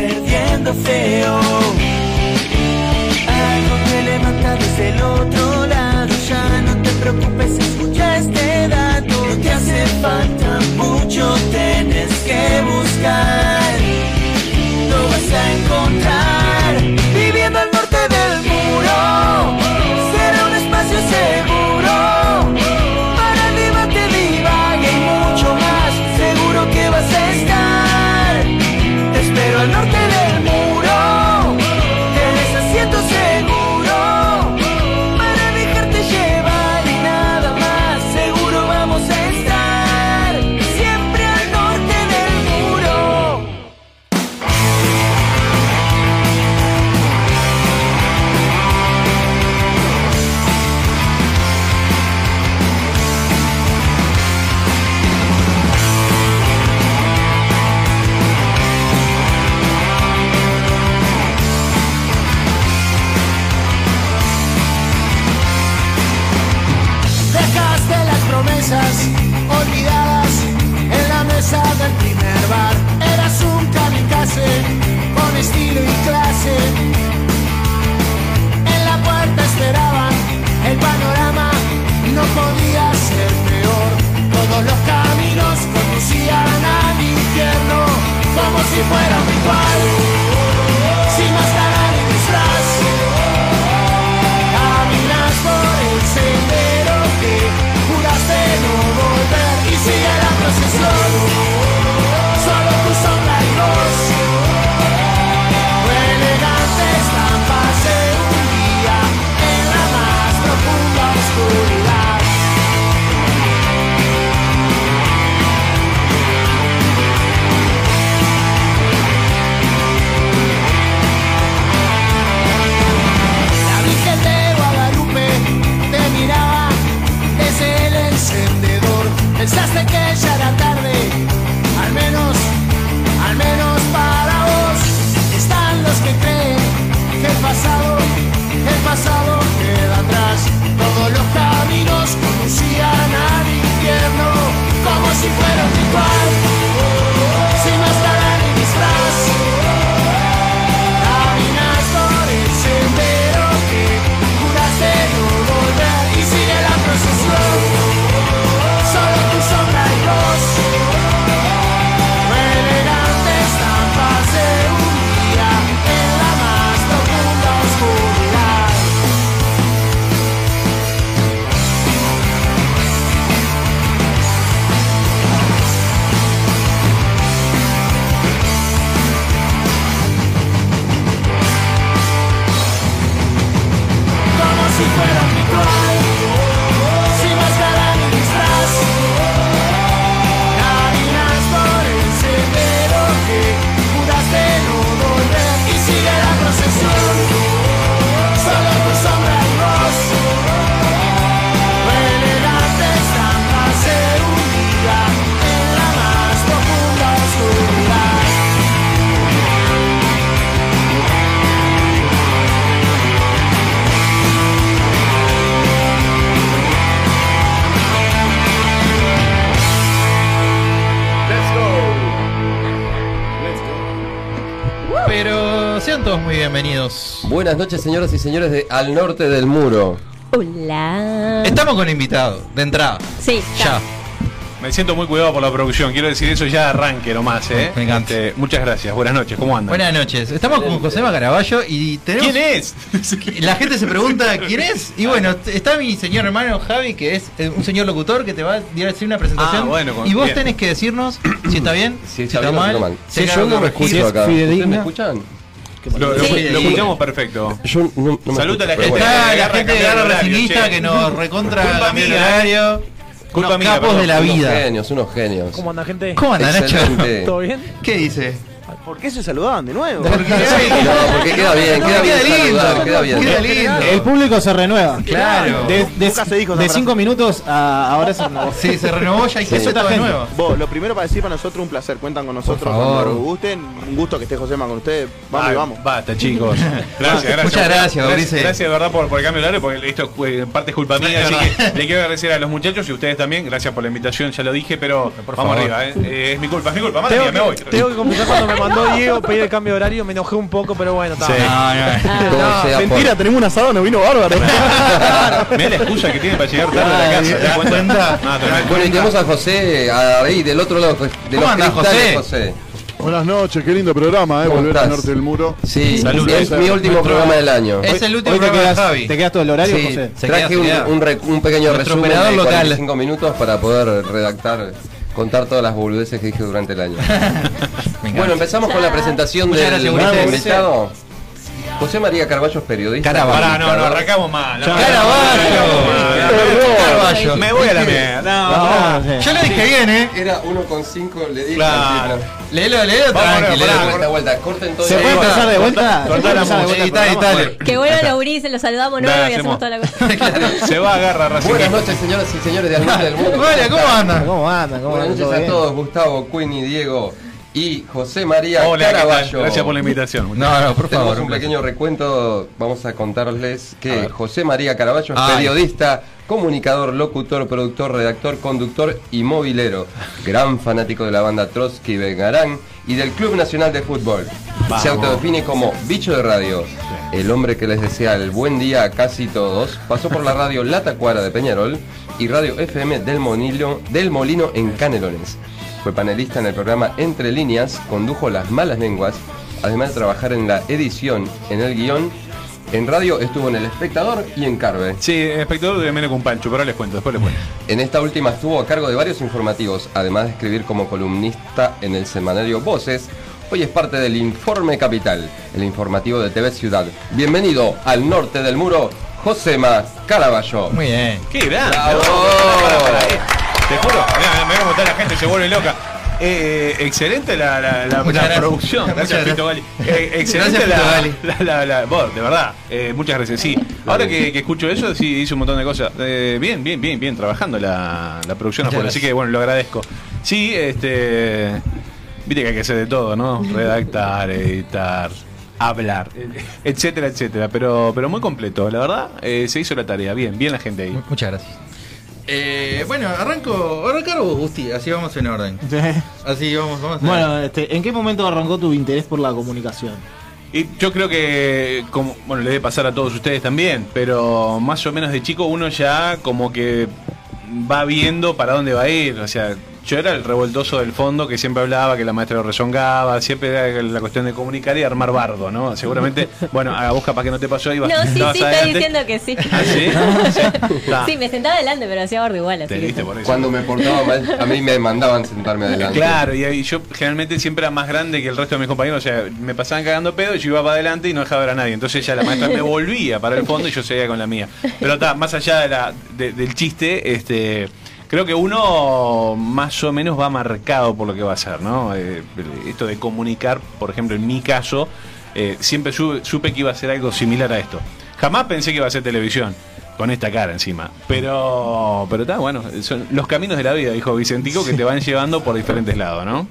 mirando feo. Algo te levanta desde el otro lado. Ya no te preocupes, escucha este dato. No te hace falta mucho, tienes que buscar. Lo vas a encontrar viviendo al norte del muro. Será un espacio seguro para debate, divague y mucho más. Seguro que vas a estar. Te espero al norte del muro. Tienes asiento seguro para dejarte llevar y nada más. Seguro vamos a estar siempre al norte del muro. Dejaste las promesas olvidadas en la mesa del primer bar. Eras un kamikaze con estilo y clase. En la puerta esperaban el panorama, no podía ser peor. Todos los caminos conducían al infierno como si fuera un ritual. Sin máscara ni disfraz. Caminas por el sendero que juraste no volver y sigue la procesión. Solo tu sombra y voz. Tu elegante estampa se hundía en la más profunda oscuridad. La Virgen de Guadalupe te miraba desde el encendedor. Pensaste que ya era tarde, al menos, al menos para vos. Están los que creen que el pasado, el pasado queda atrás. Todos los caminos conducían al infierno, como si fuera un ritual. Sin máscara ni disfraz. Caminas por el sendero que juraste no volver y sigue la procesión. Solo tu sombra y voz. Tu elegante estampa se hundía en la más profunda oscuridad. como si fuera un ritual. Sin máscara ni disfraz, caminas por el sendero que juraste no volver y sigue la procesión. Solo tu sombra y voz, tu elegante estampa se hundía en la más profunda oscuridad. Let's go. Let's go. Pero sean todos muy bienvenidos. Buenas noches, señoras y señores de Al Norte del Muro. Hola. Estamos con invitados, de entrada. Sí, Ya. ya. Me siento muy cuidado por la producción, quiero decir eso ya de arranque nomás, ¿eh? Me encanta. Este, muchas gracias, buenas noches, ¿cómo andan? Buenas noches. Estamos con Josema Caraballo y tenemos. ¿Quién es? La gente se pregunta quién es. Y bueno, está mi señor hermano Javi, que es eh, un señor locutor que te va a decir una presentación. Ah, bueno, con- y vos bien. tenés que decirnos si está bien, si está, bien o mal. si está si hay Sí, yo algo no me que corregir. escucho acá. ¿Ustedes me fidedigna. escuchan? Lo, lo- Sí. lo escuchamos perfecto. Yo no, no me Saluda a escucho, pero la gente. bueno. Está Agarra la a gente cambiar de la el horario, Racingista che. que nos recontra Culpa cambió el mía, eh. horario. Culpa Unos mía, capos perdón. de la Unos vida. genios, unos genios. ¿Cómo anda, gente? ¿Cómo anda, Nacho? Excelente. ¿Todo bien? ¿Qué dice? ¿Por qué se saludaban de nuevo? No, porque queda bien, queda bien saludar, queda bien. Queda El lindo. público se renueva. Claro. De, de, Nunca se dijo esa de frase. cinco minutos a ahora es una voz. Sí, se renovó ya y Sí. queso está de nuevo. Vos, lo primero para decir para nosotros un placer, cuentan con nosotros Por favor. cuando gusten, un gusto que esté Josema con ustedes, vamos Ah, y vamos. Basta, chicos. Gracias, gracias. Muchas gracias, Gracias, Ulises. gracias de verdad por, por el cambio de horario, porque esto eh, en parte es culpa mía. es así verdad. que le quiero agradecer a los muchachos y ustedes también. Gracias por la invitación, ya lo dije, pero vamos favor. arriba, ¿eh? Eh, Es mi culpa, es mi culpa. Madre Tengo mía, me voy. que, tengo que confesar cuando me mandó Diego pedir el cambio de horario, me enojé un poco, pero bueno, está. Sí. Ah. Como sea, por- Mentira, tenemos un asado, no vino bárbaro. Mirá la excusa que tiene para llegar tarde a la Ay, casa. ¿Te das cuenta? Ah, te das Bueno, y cuenta. tenemos a José, a- ahí del otro lado pues, de ¿Cómo los andás, cristales, José? José. Buenas noches, qué lindo programa, ¿eh? ¿Cómo Volver al estás? norte del muro. Sí, Saludos. es mi último programa del año. Es el último Hoy te programa de quedas, Javi. te quedas todo el horario, Sí, José. Se traje queda un, afiliado. un re- un pequeño Nuestro resumen operador de local. 45 minutos para poder redactar, contar todas las boludeces que dije durante el año. Me encanta. bueno, empezamos con la presentación Muchas del gracias, Ulises. invitado. José María Carballo es periodista. Pará, no, no, comunicador. arrancamos mal. Caraballo. Caraballo. Me voy a la mierda. No, Ah, sí. Yo lo dije bien, ¿eh? Era 1,5, le dije. Claro. al título. Léelo, léelo Vámonos, tranqui, Le pará, doy léelo. vuelta, vuelta, corten todo. ¿Se y- puede Ahí va. empezar de vuelta? ¿Se cortá puede la empezar de música. vuelta? Editale, editale. Que bueno, Laurice, lo saludamos Nah, nuevo y hacemos- hacemos toda la cosa. Se va a agarrar Buenas Racing. noches, señoras y señores de Almendra del Mundo. Hola, ¿cómo andan? ¿Cómo andan? ¿Cómo Buenas noches andan? ¿Todo a bien? todos, Gustavo, Queenie, Diego y José María Hola, ¿qué tal? Caraballo. Gracias por la invitación. No, no, por Tenemos favor. un pequeño recuento, vamos a contarles que A ver. José María Caraballo es Ay. periodista, comunicador, locutor, productor, redactor, conductor y movilero. Gran fanático de la banda Trotsky Vengarán y del Club Nacional de Fútbol. Se autodefine como bicho de radio. El hombre que les desea el buen día a casi todos pasó por la radio La Tacuara de Peñarol y radio FM del Molino, del Molino en Canelones. Fue panelista en el programa Entre Líneas, condujo Las Malas Lenguas, además de trabajar en la edición, en el guión, en radio estuvo en El Espectador y en Carve. Sí, espectador de Menos con Pancho, pero ahora les cuento, después les cuento. En esta última estuvo a cargo de varios informativos, además de escribir como columnista en el semanario Voces. Hoy es parte del Informe Capital, el informativo de TV Ciudad. Bienvenido al norte del muro, Josema Caraballo. Muy bien. ¡Qué grande! Bravo. Pará, pará, eh. Te juro, mirá, me voy a montar la gente, se vuelve loca. Eh, excelente la, la, la- Muchas la gracias. producción. Muchas Gracias, gracias. Fito Gali. Eh, excelente Gracias, Fito la, la- la- la- vos, de verdad. Eh, muchas gracias. Sí, ahora que, que escucho eso, sí, hice un montón de cosas. Eh, bien, bien, bien, bien, trabajando la, la producción afuera. Así que bueno, lo agradezco. Sí, este. Viste que hay que hacer de todo, ¿no? Redactar, editar, hablar, etcétera, etcétera. Pero, pero muy completo, la verdad. eh, se hizo la tarea. Bien, bien la gente ahí. Mu- Muchas gracias. Eh, bueno, arranco, arrancar vos, Gusti, así vamos en orden. Así vamos, vamos. en orden. Bueno, este, ¿en qué momento arrancó tu interés por la comunicación? Y yo creo que, como, bueno, le debe pasar a todos ustedes también, pero más o menos de chico uno ya como que va viendo para dónde va a ir. O sea, yo era el revoltoso del fondo que siempre hablaba, que la maestra lo rezongaba, siempre era la cuestión de comunicar y armar bardo, ¿no? Seguramente, bueno, a vos capaz que no te pasó ahí. No, sí, sí, estoy diciendo que sí. ¿Ah, sí? Sí. Está. Sí, me sentaba adelante, pero hacía gordo igual. así Te que- viste por eso. Cuando me portaba mal, a mí me mandaban sentarme adelante. Claro, y, ahí yo generalmente siempre era más grande que el resto de mis compañeros, o sea, me pasaban cagando pedo y yo iba para adelante y no dejaba ver a nadie. Entonces ya la maestra me volvía para el fondo y yo seguía con la mía. Pero está, más allá de la- de- del chiste, este creo que uno más o menos va marcado por lo que va a hacer, ¿no? Eh, esto de comunicar, por ejemplo, en mi caso, eh, siempre su- supe que iba a ser algo similar a esto. Jamás pensé que iba a ser televisión. Con esta cara encima. Pero pero está bueno. Son los caminos de la vida, dijo Vicentico, que te van llevando por diferentes lados, ¿no?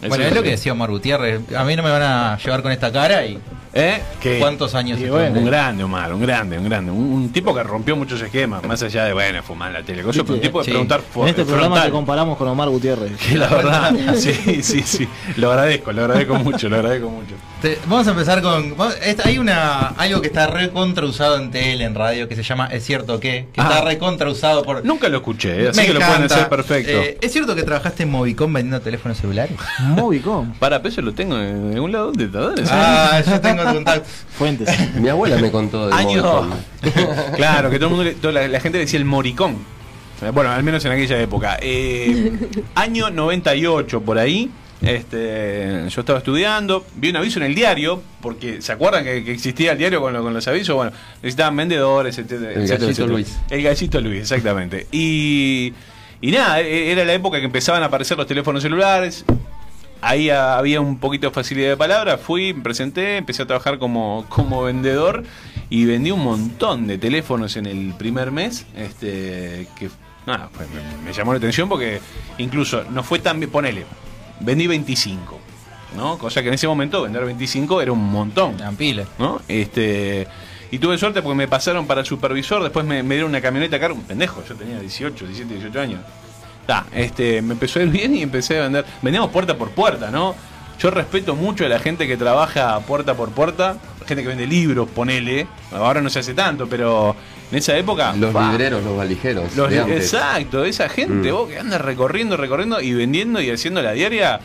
Eso Bueno, es lo que es. decía Omar Gutiérrez. A mí no me van a llevar con esta cara y ¿Eh? Que- cuántos años. Y estuvo? bueno. Un grande, Omar, un grande, un grande. Un, un tipo que rompió muchos esquemas, más allá de, bueno, fumar en la tele. cosa, pero un tipo de Sí. preguntar En fu- este programa frontal. te comparamos con Omar Gutiérrez. Que la verdad, sí, sí, sí. Lo agradezco, lo agradezco mucho, lo agradezco mucho. Te- vamos a empezar con. va- esta- hay una algo que está recontra usado en tele, en radio, que se llama Es cierto que, que está Ah. recontra usado por. Nunca lo escuché, ¿eh? así Me que lo pueden encanta. hacer perfecto. Eh, ¿Es cierto que trabajaste en Movicom vendiendo teléfonos celulares? Movicom. Para, pero yo lo tengo en algún lado de todo. ah, yo tengo tu contacto. Fuentes. Mi abuela me contó de Año. Vodafone. claro, que todo el mundo, le- toda la, la gente le decía el moricón. Eh, Bueno, al menos en aquella época. Eh, año 98 por ahí. Este, yo estaba estudiando, vi un aviso en el diario, porque ¿se acuerdan que, que existía el diario con, lo- con los avisos? Bueno, necesitaban vendedores, etcétera. El etcétera, Gallito etcétera. Luis. El gallito Luis, exactamente. Y, y nada, e- era la época que empezaban a aparecer los teléfonos celulares, Ahí ah, había un poquito de facilidad de palabra, fui, me presenté, empecé a trabajar como, como vendedor y vendí un montón de teléfonos en el primer mes, este, que nada, fue- me, me llamó la atención porque incluso no fue tan, bien- ponele, vendí 25, ¿no? Cosa que en ese momento vender 25 era un montón. Eran pilas. ¿no? Este, y tuve suerte porque me pasaron para supervisor, después me, me dieron una camioneta cara, un pendejo, yo tenía 18, 17, 18 años. Ta, este, me empezó a ir bien y empecé a vender. Vendíamos puerta por puerta, ¿no? Yo respeto mucho a la gente que trabaja puerta por puerta, gente que vende libros, ponele. Ahora no se hace tanto, pero en esa época. Los pa, libreros, los valijeros. los- de antes. exacto, esa gente, Mm. vos que anda recorriendo, recorriendo y vendiendo y haciendo la diaria.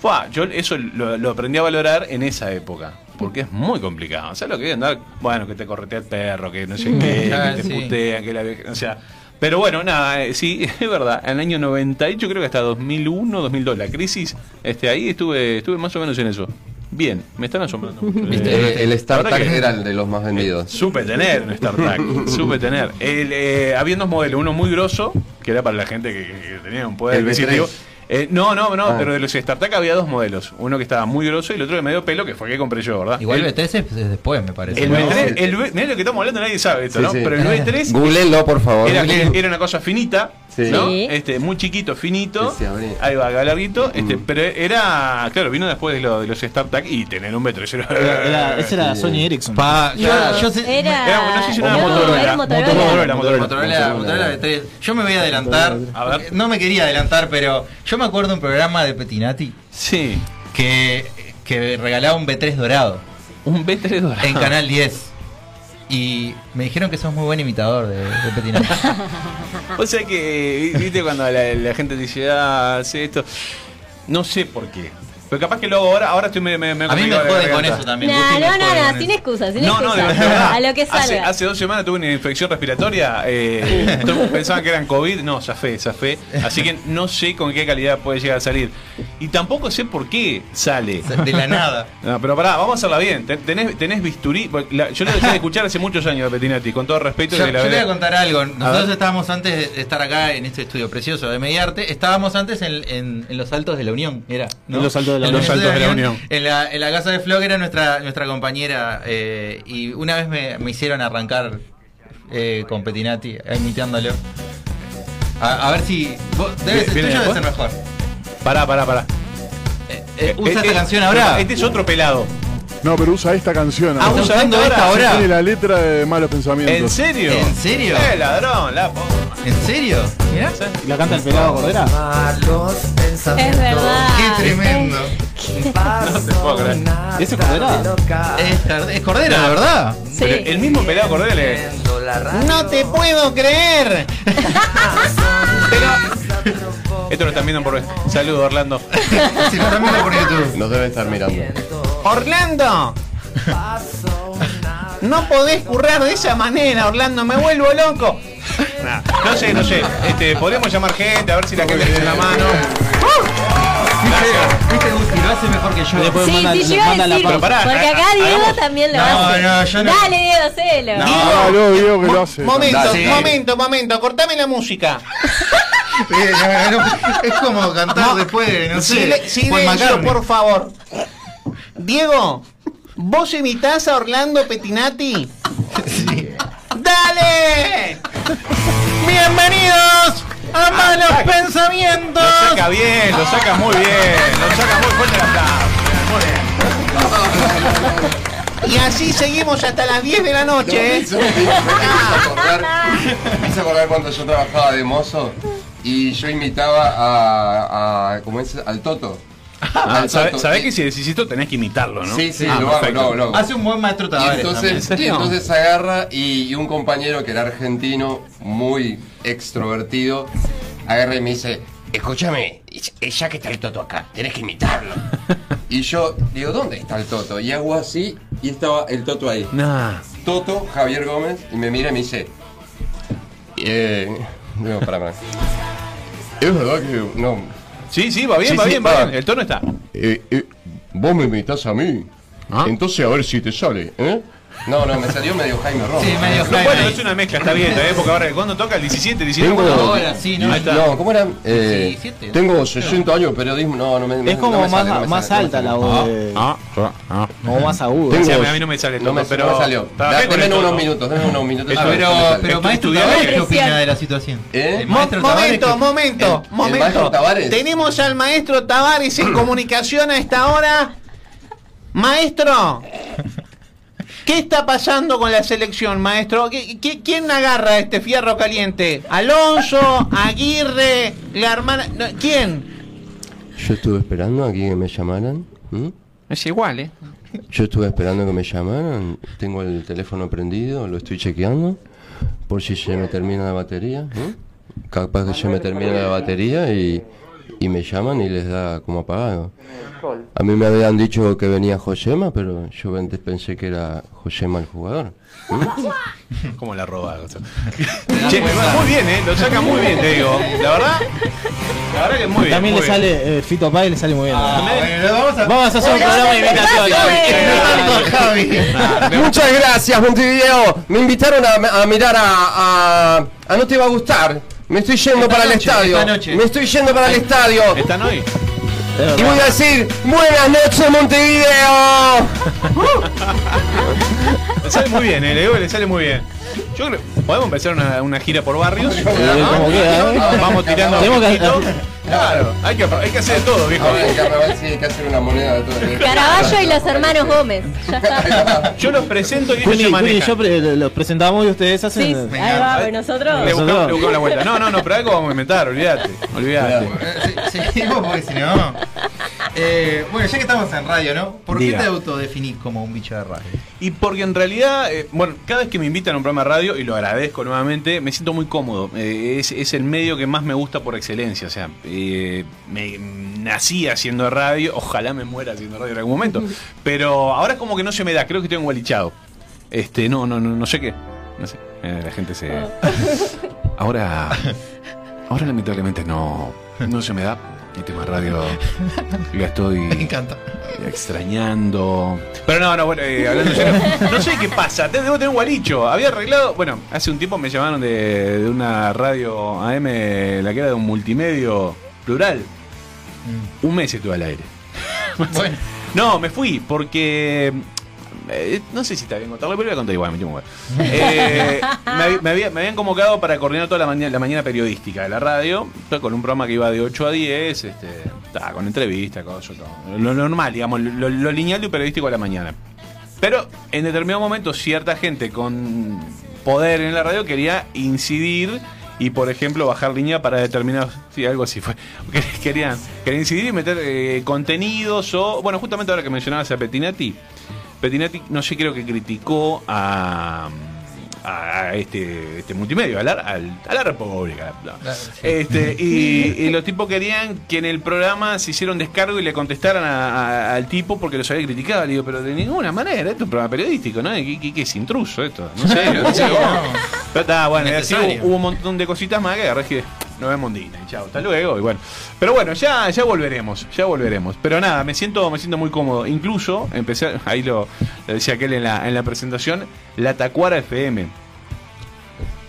Fua, yo eso lo, lo aprendí a valorar en esa época. Porque es muy complicado. ¿Sabes lo que es andar? Bueno, que te corretea el perro, que no sé qué, Ah, que te sí. putean, que la vieja- O sea. Pero bueno, nada, eh, sí, es verdad. En el año 98, creo que hasta 2001, 2002, la crisis, este, ahí estuve estuve más o menos en eso. Bien, me están asombrando. mucho. Eh, el La verdad StarTag que- era el de los más vendidos. Supe tener un Star Trek, supe tener. El, eh, había dos modelos, uno muy grosso, que era para la gente que, que tenía un poder El B3. adquisitivo. Eh, no, no, no, Ah. pero de los Star Trek había dos modelos. Uno que estaba muy grosso y el otro de medio pelo, que fue el que compré yo, ¿verdad? Igual el, B3 es, es después, me parece. el ¿no? B3, el B- mirá lo que estamos hablando, nadie sabe esto, Sí, ¿no? sí. Pero el B3 Googleenlo, por favor. era, era una cosa finita, Sí. ¿no? Sí. Este, muy chiquito, finito. Sí, sí, abrí. Ahí va, galarguito. Este, Mm. Pero era, claro, vino después de, lo- de los Star Trek y tener un B3 era- Era- era- ese era Sony Ericsson. Pa- yo, yo sé- Era. Era, no sé si era no, Motorola. era Motorola. Motorola, Motorola. Motorola, Motorola B3. Yo me voy a adelantar. A ver. No me quería adelantar, pero yo me acuerdo un programa de Petinati Sí. que, que regalaba un B3 dorado Un B3 dorado. en Canal 10. Y me dijeron que sos muy buen imitador de, de Petinati. O sea que, eh, viste, cuando la, la gente dice, ah, hace esto. No sé por qué. Pero capaz que luego ahora, ahora estoy medio. medio- medio A mí me complicado de joden con garganta. eso también. No, Gusti, me no, joden no, con no, sin eso. excusas, sin No, no, de excusas. verdad. a lo que Hace, salga. hace dos semanas tuve una infección respiratoria. eh, todos pensaban que eran COVID. No, zafé, zafé. Así que no sé con qué calidad puede llegar a salir. Y tampoco sé por qué sale. De la nada. No, pero pará, vamos a hacerla bien. Ten- Tenés, tenés bisturí. porque la- yo lo dejé de escuchar hace muchos años a Petinati, con todo respeto. Yo, que la yo te voy a verdad- contar algo. Nosotros ver. estábamos antes de estar acá en este estudio precioso de Mediarte, estábamos antes en, en- en los Altos de la Unión, era. ¿no? En los Altos de la En Unión. Los Altos de la Unión. En la, en la casa de Flo, que era nuestra, nuestra compañera, eh, y una vez me, me hicieron arrancar eh, con Petinati, imitándolo. A, a ver si. vos- debe ser ¿Viene tuyo debe después? ser mejor. Pará, pará, pará. Eh, eh, usa Eh, esta eh, canción ahora. Este es otro pelado. No, pero usa esta canción. Ah, ahora. usa usando esta esta ahora? ahora? Tiene la letra de malos ¿En pensamientos. serio? ¿En serio? ¡Eh, ladrón! La po- ¿En serio? Mirá. ¿La canta el pelado Cordera? Es verdad. Qué tremendo. no te puedo creer. ¿Ese es Cordera? Es, Card- es Cordera, la verdad. Sí. Pero el mismo pelado Cordel es. No te puedo creer. Ah, Esto lo están viendo por. Saludos, Orlando. Si no, también lo por YouTube. Nos deben estar mirando. ¡Orlando! No podés currar de esa manera, Orlando, me vuelvo loco. no sé, no sé. Este, podemos llamar gente, a ver si la gente le da la mano. Gracias. Viste, Gusti, lo hace mejor que yo. Después Sí, manda- sí, nos yo iba a manda la decir, pauta. Pero pará, porque eh, acá Diego hagamos- también lo No, hace. no, yo no. Dale, Diego, celo. Ah, no, Diego que lo hace. Momento, Sí. momento, momento, cortame la música. Eh, no, no, es como cantar después, de, no sé. Paul McCartney. favor. Diego, ¿vos imitás a Orlando Petinati? Sí. ¡Dale! Bienvenidos a Malos Pensamientos. Lo saca bien, lo saca muy bien, lo saca muy fuerte la Y así seguimos hasta las 10 de la ¿eh? Me hizo, me hizo acordar, me hizo acordar cuando yo trabajaba de mozo y yo imitaba a, a ¿cómo es? Al Toto. Al Toto. Y- ¿Sabés Ah, que si decís esto tenés que imitarlo, no? Sí, sí, Ah, lo hago, perfecto. lo hago, lo hago. Hace un buen maestro Y Tavares. entonces, ¿En y serio? entonces agarra y, y un compañero que era argentino, muy extrovertido, agarra y me dice, escúchame, y- ya que está el Toto acá, tenés que imitarlo. y yo digo, ¿dónde está el Toto? Y hago así y estaba el Toto ahí. Nah. Toto, Javier Gómez, y me mira y me dice. Eh, no, para, para. Es verdad que. No. Sí, sí, va bien, Sí, va sí, bien, va. va bien. El tono está. Eh, eh, vos me invitás a mí. Entonces a ver si te sale, ¿eh? No, no, me salió medio Jaime Romo. Sí, medio Jaime. Bueno, es una mezcla, está bien, está bien, porque ahora cuando toca el 17, 19, Tengo- ¿cuándo? Ahora sí, ¿no? Ahí está. No, ¿cómo era? Eh, 17. tengo 60 años de periodismo. No, no me. Es como más, más alta la voz de... Ah, Como más aguda. O sea, Ah. a mí no me sale No todo, me, pero no me salió. trabajé Da- con Deme el unos Toto. minutos, deme unos minutos. Ah, a ver pero, si me sale. pero Estoy maestro estudiando. Tavares, ¿qué opina de la situación? ¿Eh? El maestro Tavares que- momento, el maestro Tavares. Tenemos al maestro Tavares en comunicación a esta hora. Maestro, ¿qué está pasando con la selección, maestro? ¿Qui- qui- ¿Quién agarra este fierro caliente? ¿Alonso? ¿Aguirre? ¿La hermana? no, ¿Quién? Yo estuve esperando a que me llamaran Es igual, ¿eh? Yo estuve esperando que me llamaran, tengo el teléfono prendido, lo estoy chequeando, por si se me termina la batería. ¿eh? Capaz que se me termina la batería y, y me llaman y les da como apagado. A mí me habían dicho que venía Josema, pero yo antes pensé que era Josema el jugador. Como la robada. Che, muy bien, ¿eh? Lo saca muy bien, te digo. La verdad, la verdad que muy bien. También muy le bien. Ah, sale, eh, Fito Pai le sale muy bien. vamos, a... hacer un programa de invitación. Muchas gracias, Montevideo. Me invitaron a, a mirar a, a, a No te va a gustar. Me estoy yendo Esta para el noche, estadio. esta noche. Me estoy yendo para el estadio. ¿Están hoy? Y voy a decir, buenas noches, Montevideo. Le sale muy bien, ¿eh? Le digo que le sale muy bien. Yo creo, podemos empezar una, una gira por barrios. como queda, ¿eh? Vamos tirando Tenemos que- poquito. Claro, hay que, hay que hacer de todo, viejo. carnaval sí hay que hacer una moneda de todo. Caraballo y los hermanos Gómez. Ya está. Yo los presento y ellos Juli, Juli, se yo manejan. pre- eh, los presentamos y ustedes hacen. Sí, eh, ahí vamos, y nosotros. Le buscamos, Nosotros. le buscamos la vuelta. No, no, no, pero algo vamos a inventar, olvídate. Olvídate. Eh, se- Seguimos porque si no. Eh, bueno, ya que estamos en radio, ¿no? ¿Por qué Diga. te autodefinís como un bicho de radio? Y porque en realidad, eh, bueno, cada vez que me invitan a un programa de radio, y lo agradezco nuevamente, me siento muy cómodo. Eh, es, es el medio que más me gusta por excelencia. O sea, eh, me nací haciendo radio, ojalá me muera haciendo radio en algún momento. Pero ahora es como que no se me da, creo que estoy engualichado. Este, no, no, no, no sé qué. No sé. Eh, la gente se. Ah. Ahora. Ahora lamentablemente no. No se me da. El tema radio. La Me estoy encanta. extrañando. Pero no, no, bueno, eh, hablando en serio, no sé qué pasa, te- debo tener un gualicho. Había arreglado, bueno, hace un tiempo me llamaron de, de una radio AM, la que era de un multimedio plural. Un mes estuve al aire. Bueno, No, me fui porque. eh, no sé si está bien contarlo, pero voy a contar igual, me chupa un huevo. Eh, me, habí- me había- me habían convocado para coordinar toda la mañana, la mañana periodística de la radio, to- con un programa que iba de 8 a 10, este, ta, con entrevistas, cosas, todo. Lo normal, digamos, lo, lo lineal de un periodístico de la mañana. Pero en determinado momento, cierta gente con poder en la radio quería incidir y, por ejemplo, bajar línea para determinados. Sí, algo así fue. Querían, querían incidir y meter eh, contenidos o. Bueno, justamente ahora que mencionabas a Petinati, Petinati, no sé, creo que criticó a. a este, este multimedio, al, ar- al, al área pública. la- la- Este, y, y los tipos querían que en el programa se hiciera un descargo y le contestaran a- a- al tipo porque los había criticado. Le digo, pero de ninguna manera, esto es un programa periodístico, ¿no? ¿Qué, qué- qué es intruso esto? No sé, no sé cómo. Pero está, bueno, y así Innecesario. hubo, hubo un montón de cositas más que agarré y dije, nos vemos en Disney, chao, hasta luego. Y bueno. Pero bueno, ya, ya volveremos, ya volveremos. Pero nada, me siento, me siento muy cómodo. Incluso, empecé, ahí lo, lo decía aquel en la, en la presentación, la Tacuara FM.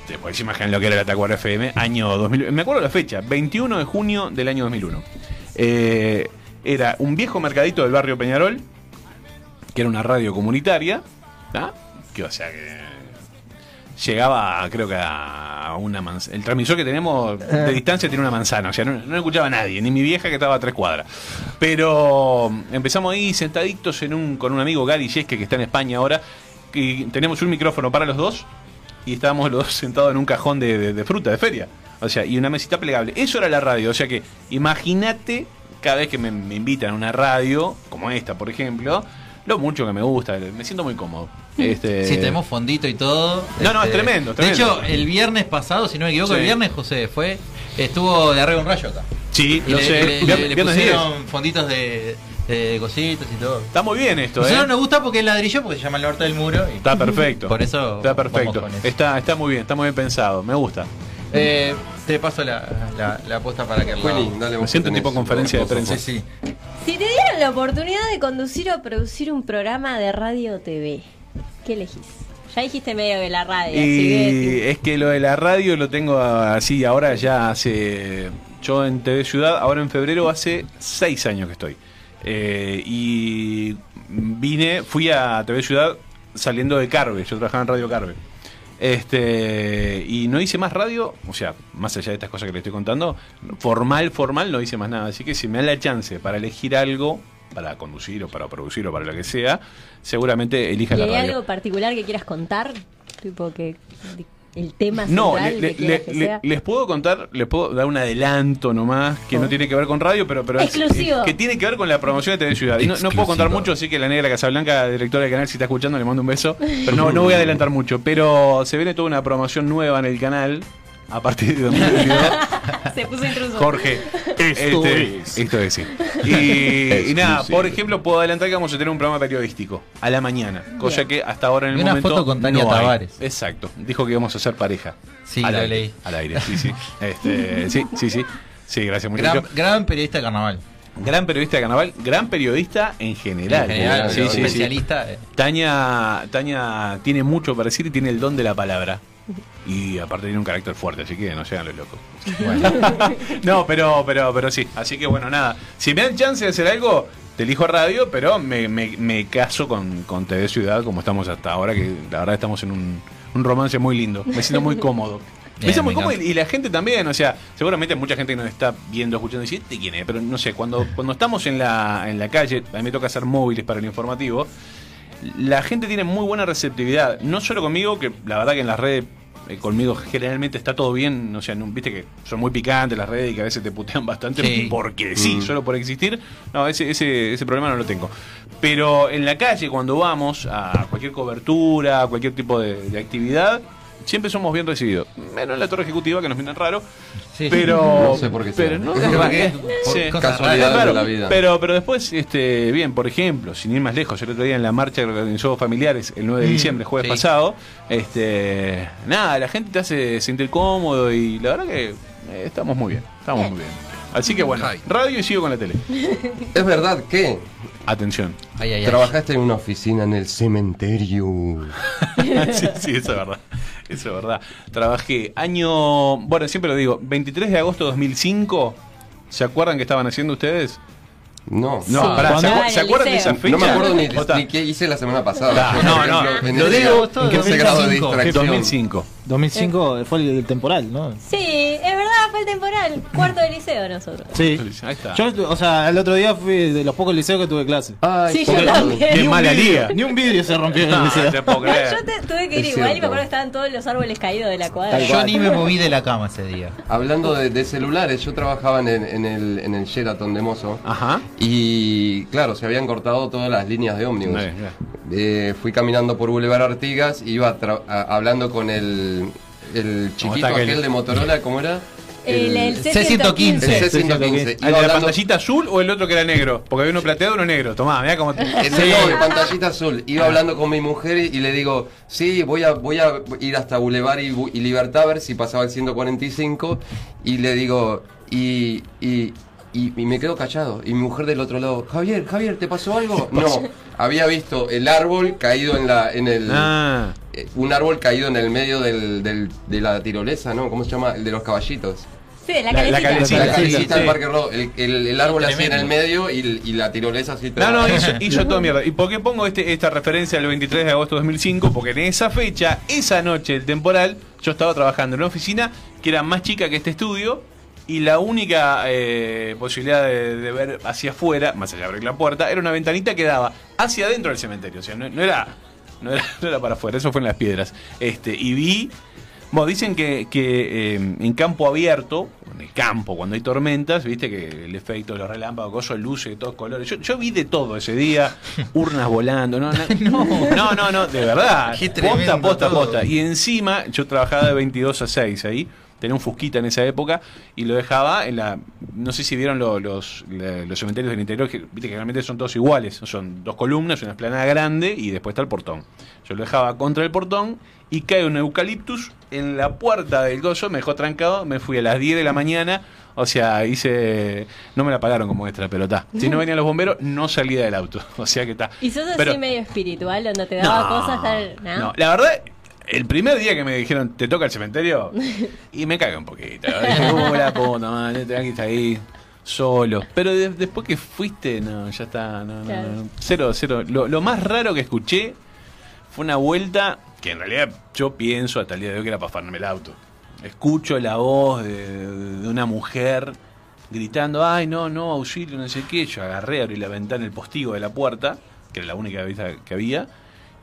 Te podés imaginar lo que era la Tacuara FM, año 2000. Me acuerdo la fecha, 21 de junio del año 2001. Eh, era un viejo mercadito del barrio Peñarol, que era una radio comunitaria, ¿tá? que o sea que llegaba creo que a una manzana. El transmisor que tenemos de distancia tiene una manzana, o sea, no, no escuchaba a nadie, ni mi vieja que estaba a tres cuadras. Pero mm, empezamos ahí sentaditos en un, con un amigo Gary Yesque que está en España ahora, y tenemos un micrófono para los dos y estábamos los dos sentados en un cajón de, de- de fruta, de feria. O sea, y una mesita plegable. Eso era la radio, o sea que imagínate cada vez que me, me invitan a una radio, como esta por ejemplo, lo mucho que me gusta, me siento muy cómodo. Este, Sí, tenemos fondito y todo. Este, No, no, es tremendo, es De tremendo. hecho, el viernes pasado, si no me equivoco, Sí. el viernes José fue, estuvo de arriba un rayo acá. Sí, Y lo le, sé. le- Vier- le- le viernes 10. pusieron fonditos de, de cositas y todo. Está muy bien esto, Nosotros ¿eh? nos gusta porque es ladrillo, porque se llama el norte del muro. y- Está perfecto. Por eso Está vamos perfecto. con eso. Está, está muy bien, está muy bien pensado. Me gusta. Eh, te paso la, la, la apuesta para que Juli, lo... dale, Me vos siento que tenés. tipo conferencia de Vos, vos, prensa. Sí, sí. Si te dieran la oportunidad de conducir o producir un programa de radio o TV, ¿qué elegís? Ya dijiste medio de la radio, así Y que... es que lo de la radio lo tengo así ahora ya hace. Yo en TV Ciudad, ahora en febrero hace seis años que estoy. Eh, y vine, fui a TV Ciudad saliendo de Carve. Yo trabajaba en Radio Carve. Este, y no hice más radio, o sea, más allá de estas cosas que le estoy contando, formal, formal, no hice más nada. Así que si me da la chance para elegir algo, para conducir o para producir o para lo que sea, seguramente elija ¿Y la hay radio. algo particular que quieras contar? Tipo que... el tema No, central que le- le- quieras le- que le- sea. les puedo contar, les puedo dar un adelanto nomás, que no tiene que ver con radio, pero, pero es- Exclusivo. es- que tiene que ver con la promoción de TV Ciudad. Y no, no puedo contar mucho, así que la negra Casablanca, directora del canal, si está escuchando, le mando un beso. Pero no, no voy a adelantar mucho. Pero se viene toda una promoción nueva en el canal. A partir de 2022. Se puso intruso. Jorge, Esto este, es. Esto es, sí. Y, y nada, Exclusivo. por ejemplo, puedo adelantar que vamos a tener un programa periodístico a la mañana, cosa que hasta ahora en el Vi una momento. foto con Tania no hay. Tavares. Exacto, dijo que íbamos a ser pareja. Sí, al lo aire, leí. Al aire, sí, sí. Este, sí, sí, sí. Sí, gracias, muchacho. Gran, Gran, gran periodista de carnaval. periodista de carnaval, gran periodista en general. En general, Sí, sí, sí. especialista. eh. Tania, Tania tiene mucho para decir y tiene el don de la palabra. Y aparte tiene un carácter fuerte, así que no sean los locos. no, pero, pero, pero sí. Así que bueno, nada. Si me dan chance de hacer algo, te elijo radio, pero me, me- me caso con, con TV Ciudad como estamos hasta ahora, que la verdad estamos en un, un romance muy lindo. Me siento muy cómodo. Me Bien, siento muy me cómodo encanta. y y la gente también, o sea, seguramente mucha gente que nos está viendo, escuchando, y dice, ¿este quién es? Pero no sé, cuando, cuando estamos en la, en la calle, a mí me toca hacer móviles para el informativo, la gente tiene muy buena receptividad. No solo conmigo, que la verdad que en las redes eh, conmigo generalmente está todo bien. O sea, no- viste que son muy picantes las redes y que a veces te putean bastante Sí. porque sí, Mm. solo por existir. No, ese, ese, ese problema no lo tengo. Pero en la calle, cuando vamos a cualquier cobertura, a cualquier tipo de, de actividad, siempre somos bien recibidos. Menos en la torre ejecutiva, que nos miran raro. Pero. No sé por qué sea. Pero no No sé por qué. Por cosas Casualidades raras. de la vida. Pero, pero después, este, bien, por ejemplo, sin ir más lejos, yo el otro día en la marcha que organizó familiares el 9 de Mm, diciembre, jueves sí. pasado, este, nada, la gente te hace sentir cómodo y la verdad que eh, estamos muy bien, estamos muy bien. Así que bueno, radio y sigo con la tele. Es verdad que. Atención. Trabajaste en una oficina en el cementerio. sí, sí, eso es verdad. Eso es verdad. Trabajé año, bueno, siempre lo digo, 23 de agosto de 2005. ¿Se acuerdan que estaban haciendo ustedes? No, No, pará, ¿se, acu- se acuerdan de esa No fecha? me acuerdo ni, Jota. ni qué hice la semana pasada. Ah, Por no, no, ejemplo, en lo ese digo, grado- en ese grado de distracción. 2005. 2005 fue el, el temporal, ¿no? Sí, es verdad, fue el temporal. Cuarto de liceo nosotros. Sí. Ahí está. Yo, o sea, el otro día fui de los pocos liceos que tuve clase. Sí, yo porque- también. Ni Qué un mala vidrio- liga. Ni un vidrio se rompió en No, el no liceo. te puedo No, yo te- tuve que ir Es igual y me cierto. acuerdo que estaban todos los árboles caídos de la cuadra. Yo ni me moví de la cama ese día. Hablando de, de celulares, yo trabajaba en, el- en el, en el Sheraton de Mozo. Ajá. Y claro, se habían cortado todas las líneas de ómnibus. Eh, eh. Eh, fui caminando por Boulevard Artigas y iba tra- a- hablando con el, el chiquito está aquel? aquel de Motorola, ¿cómo era? El- el C115. El C115. ¿El de Iba la hablando- pantallita azul o el otro que era negro? Porque había uno plateado y uno negro. Tomá, mirá cómo. El reloj de pantallita azul. Iba hablando con mi mujer y y le digo, sí, voy a, voy a ir hasta Boulevard y, Bu- y Libertad a ver si pasaba el 145. Y le digo, y, y, y- y me quedo callado. Y mi mujer del otro lado, Javier, Javier, ¿te pasó algo? No, había visto el árbol caído en la... En el, Ah. eh, Un árbol caído en el medio del- del- de la tirolesa, ¿no? ¿Cómo se llama? El de los caballitos. Sí, de la calecita. La calecita, calecita del sí. Parque Rodó. El, el- el árbol así en Tremendo. el medio y, y la tirolesa así. No, no, hizo, tra- hizo toda mierda. ¿Y por qué pongo este, esta referencia al 23 de agosto de 2005? Porque en esa fecha, esa noche, el temporal, yo estaba trabajando en una oficina que era más chica que este estudio y la única eh, posibilidad de, de ver hacia afuera, más allá de abrir la puerta, era una ventanita que daba hacia adentro del cementerio. O sea, no, no era, no, era, no era para afuera, eso fue en las piedras. Este, y vi... Bueno, dicen que, que, eh, en campo abierto, en el campo, cuando hay tormentas, viste que el efecto de los relámpagos, cosas, luces de todos colores. Yo, yo vi de todo ese día, urnas volando, no, no, no, no, no, de verdad. Qué Posta, tremendo posta, todo. posta. Y encima, yo trabajaba de 22 a 6 ahí, tenía un fusquita en esa época, y lo dejaba en la. No sé si vieron lo- los, la- los cementerios del interior, que viste que generalmente son todos iguales, son dos columnas, una esplanada grande y después está el portón. Yo lo dejaba contra el portón y cae un eucaliptus en la puerta del gozo, me dejó trancado, me fui a las 10 de la mañana, o sea, hice... No me la pagaron como extra, pero está. Si no venían los bomberos, no salía del auto, o sea que está. ¿Y sos así Pero- medio espiritual o no te daba No, cosas? Tal, ¿no? No, la verdad... El primer día que me dijeron, te toca el cementerio, y me cagué un poquito. Dije, "Uh, la puta madre, te está ahí, solo. Pero de- después que fuiste, no, ya está, no, no, Claro. no. Cero, cero. Lo, lo más raro que escuché fue una vuelta que en realidad yo pienso hasta el día de hoy que era para farme el auto. Escucho la voz de, de una mujer gritando, ay, no, no, auxilio, no sé qué. Yo agarré, abrí la ventana, el postigo de la puerta, que era la única vista que había,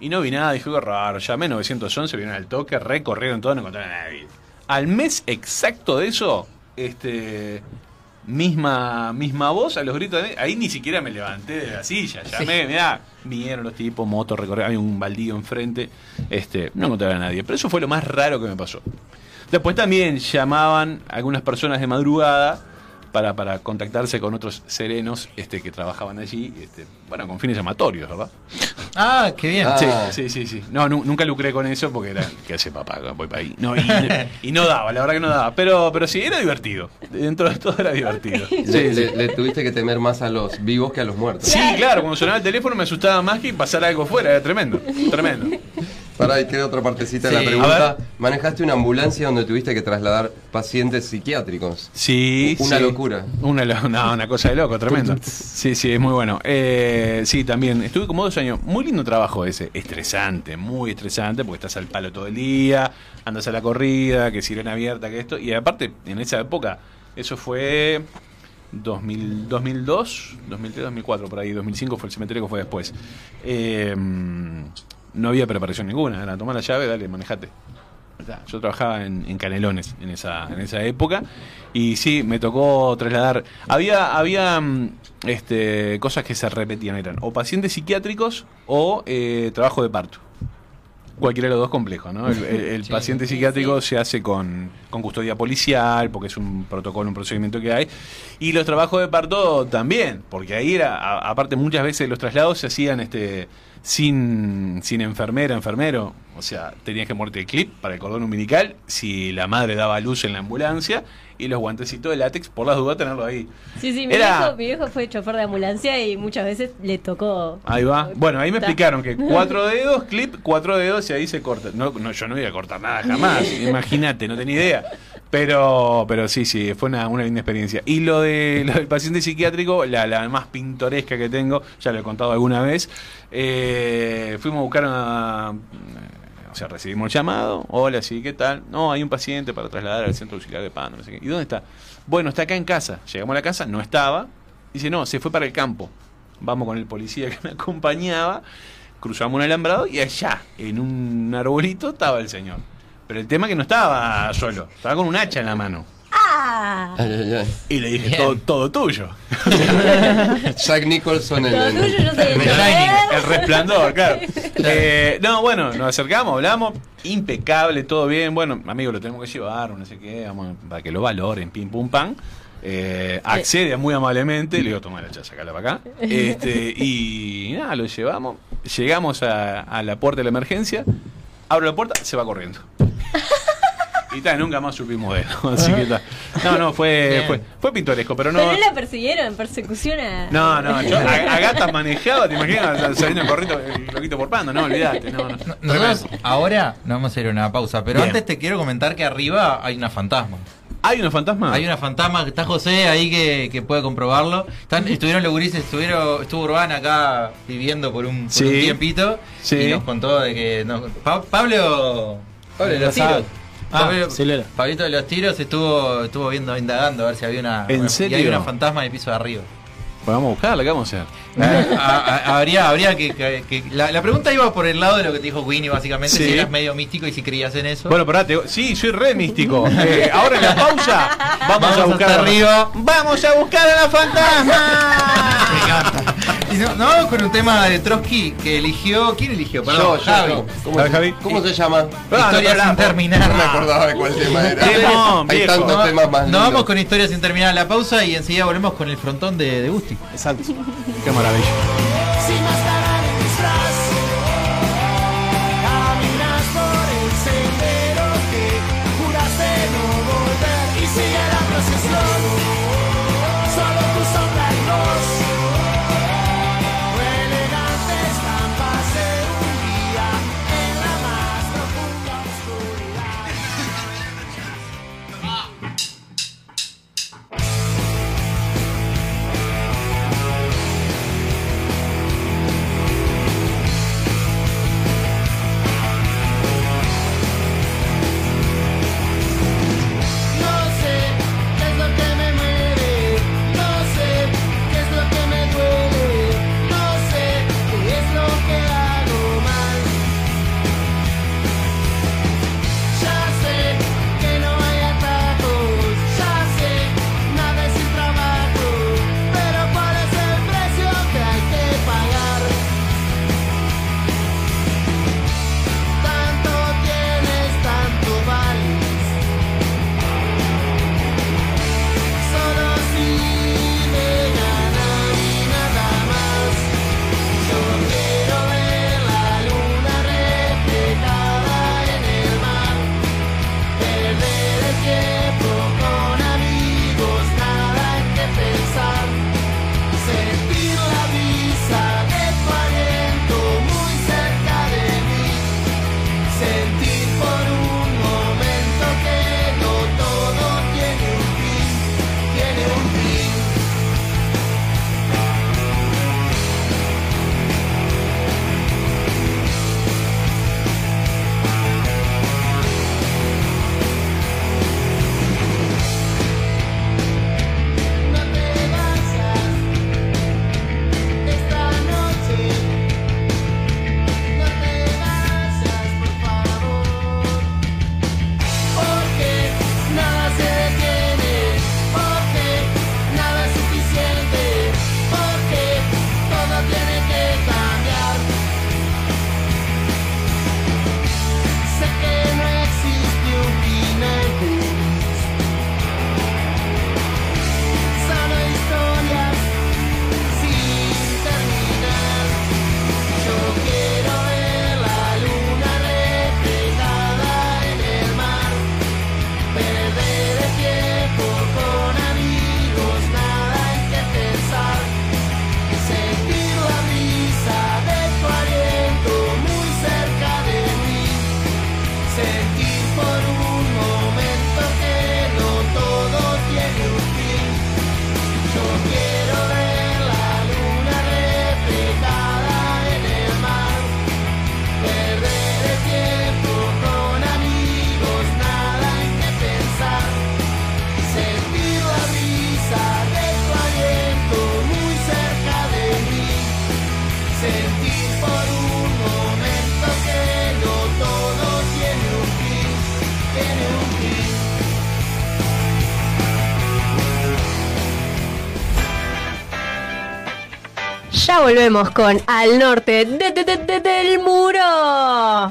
Y no vi nada, dije, qué raro, llamé 911, vinieron al toque, recorrieron todo, no encontraron a nadie. Al mes exacto de eso, este misma misma voz a los gritos de ahí ni siquiera me levanté de la silla llamé mirá vinieron los tipos moto recorrer hay un baldío enfrente este no encontraba a nadie pero eso fue lo más raro que me pasó después también llamaban algunas personas de madrugada para, para contactarse con otros serenos este que trabajaban allí este, bueno con fines llamatorios verdad Ah, qué bien. Sí, sí, sí, sí. No, nu- nunca lucré con eso porque era, ¿qué hace papá? Voy para ahí. No, y, y no daba, la verdad que no daba. Pero, pero sí, era divertido. Dentro de todo era divertido. Le, le- le tuviste que temer más a los vivos que a los muertos. Sí, claro, cuando sonaba el teléfono me asustaba más que pasar algo fuera, era tremendo, tremendo. Para ahí queda otra partecita de Sí. la A pregunta. ¿Manejaste una ambulancia donde tuviste que trasladar pacientes psiquiátricos? Sí, Una sí. locura. Una, lo- no, una cosa de loco, tremendo. Sí, sí, es muy bueno. Eh, sí, también, estuve como dos años. Muy lindo trabajo ese, estresante, muy estresante, porque estás al palo todo el día, andas a la corrida, que sirena abierta, que esto. Y aparte, en esa época, eso fue 2000, 2002, 2003, 2004, por ahí, 2005 fue el cementerio que fue después. Eh, no había preparación ninguna, era tomar la llave, dale, manejate. Ya, Yo trabajaba en, en Canelones en esa, en esa época y sí, me tocó trasladar. Había, había mm, este, cosas que se repetían, eran o pacientes psiquiátricos o eh, trabajo de parto. Cualquiera de los dos complejo, ¿no? El, el- el paciente psiquiátrico se hace con, con custodia policial, porque es un protocolo, un procedimiento que hay. Y los trabajos de parto también, porque ahí era, a- aparte muchas veces los traslados se hacían este sin, sin enfermera, enfermero. O sea, tenías que muerte de clip para el cordón umbilical, si la madre daba a luz en la ambulancia, y los guantecitos de látex, por las dudas, tenerlo ahí. Sí, sí, mi, Era- viejo, mi viejo fue chofer de ambulancia y muchas veces le tocó. Ahí va. Bueno, ahí me explicaron que cuatro dedos, clip, cuatro dedos y ahí se corta. No, no, yo no iba a cortar nada jamás. Imagínate, no tenía idea. Pero, pero sí, sí, fue una, una linda experiencia. Y lo, de, lo del paciente psiquiátrico, la, la más pintoresca que tengo, ya lo he contado alguna vez. eh, fuimos a buscar a. O sea, recibimos el llamado. Hola, sí, ¿qué tal? No, hay un paciente para trasladar al centro auxiliar de Pando. no sé qué. ¿Y dónde está? Bueno, está acá en casa. Llegamos a la casa, no estaba. Dice, no, se fue para el campo vamos con el policía que me acompañaba, cruzamos un alambrado y allá, en un arbolito, estaba el señor. Pero el tema es que no estaba solo, estaba con un hacha en la mano. Ah. Y le dije, todo, todo tuyo. Jack Nicholson en Todo el... tuyo, yo soy el El chofer. Shining, el resplandor, claro. Eh, no, bueno, nos acercamos, hablamos, impecable, todo bien. Bueno, amigo, lo tenemos que llevar, no sé qué, vamos, para que lo valoren, pim pum pam. Eh, accede muy amablemente, le digo, toma la chacha, sacala para acá. Este, y nada, lo llevamos, llegamos a, a la puerta de la emergencia, abro la puerta, se va corriendo. Y tal, nunca más supimos de él. Así que tal. No, no, fue, fue, fue pintoresco, pero no. Pero no la persiguieron, persecución a. No, no, yo a, a gatas manejaba, te imaginas, saliendo el corrito, el loquito por pando, no, olvidate, no, no. Nosotros ahora nos vamos a ir a una pausa, pero antes te quiero comentar que arriba hay una fantasma. ¿Hay una fantasma? Hay una fantasma, está José ahí que, que puede comprobarlo. Están- estuvieron los gurises, estuvieron, estuvo Urbán acá viviendo por un, por Sí. un tiempito y nos contó de que... nos- Pa- Pablo... Pablo de los Sabe. Tiros. Ah, Pablo- Pablito de los tiros estuvo estuvo viendo, indagando a ver si había una... ¿En una- serio? Y hay una fantasma en el piso de arriba. Pues vamos a buscarla, ¿qué vamos a hacer? Ah, ah, habría, habría que. que- que- la, la pregunta iba por el lado de lo que te dijo Winnie, básicamente, Sí. si eras medio místico y si creías en eso. Bueno, pará, te- sí, soy re místico. Eh, ahora en la pausa vamos, Vamos a hasta buscar arriba. ¡Vamos a buscar a la fantasma! Y no- nos vamos con un tema de Trotsky que eligió. ¿Quién eligió? Perdón, Yo, yo, Javi. yo. ¿Cómo, se- ¿Cómo se Ah, llama? Historias sin terminar. No me acordaba de cuál tema era. Temón, Hay viejo. tantos No, temas más Nos lindos. vamos con historias sin terminar la pausa y enseguida volvemos con el frontón de, de Gusti. Exacto. Qué maravilla. Sin máscara ni disfraz, caminas por el sendero que juraste no volver y sigue la procesión. Solo tu sombra y voz, tu elegante estampa se hundía en la más profunda oscuridad. sentir por un momento que no todo tiene un fin. Yo quiero ver la luna reflejada en el mar, perder el tiempo con amigos, nada en que pensar. Sentir la brisa de tu aliento muy cerca de mí. Sentir por un momento que no todo tiene un fin, tiene un fin. Ya volvemos con Al Norte de- de- de- de- del Muro.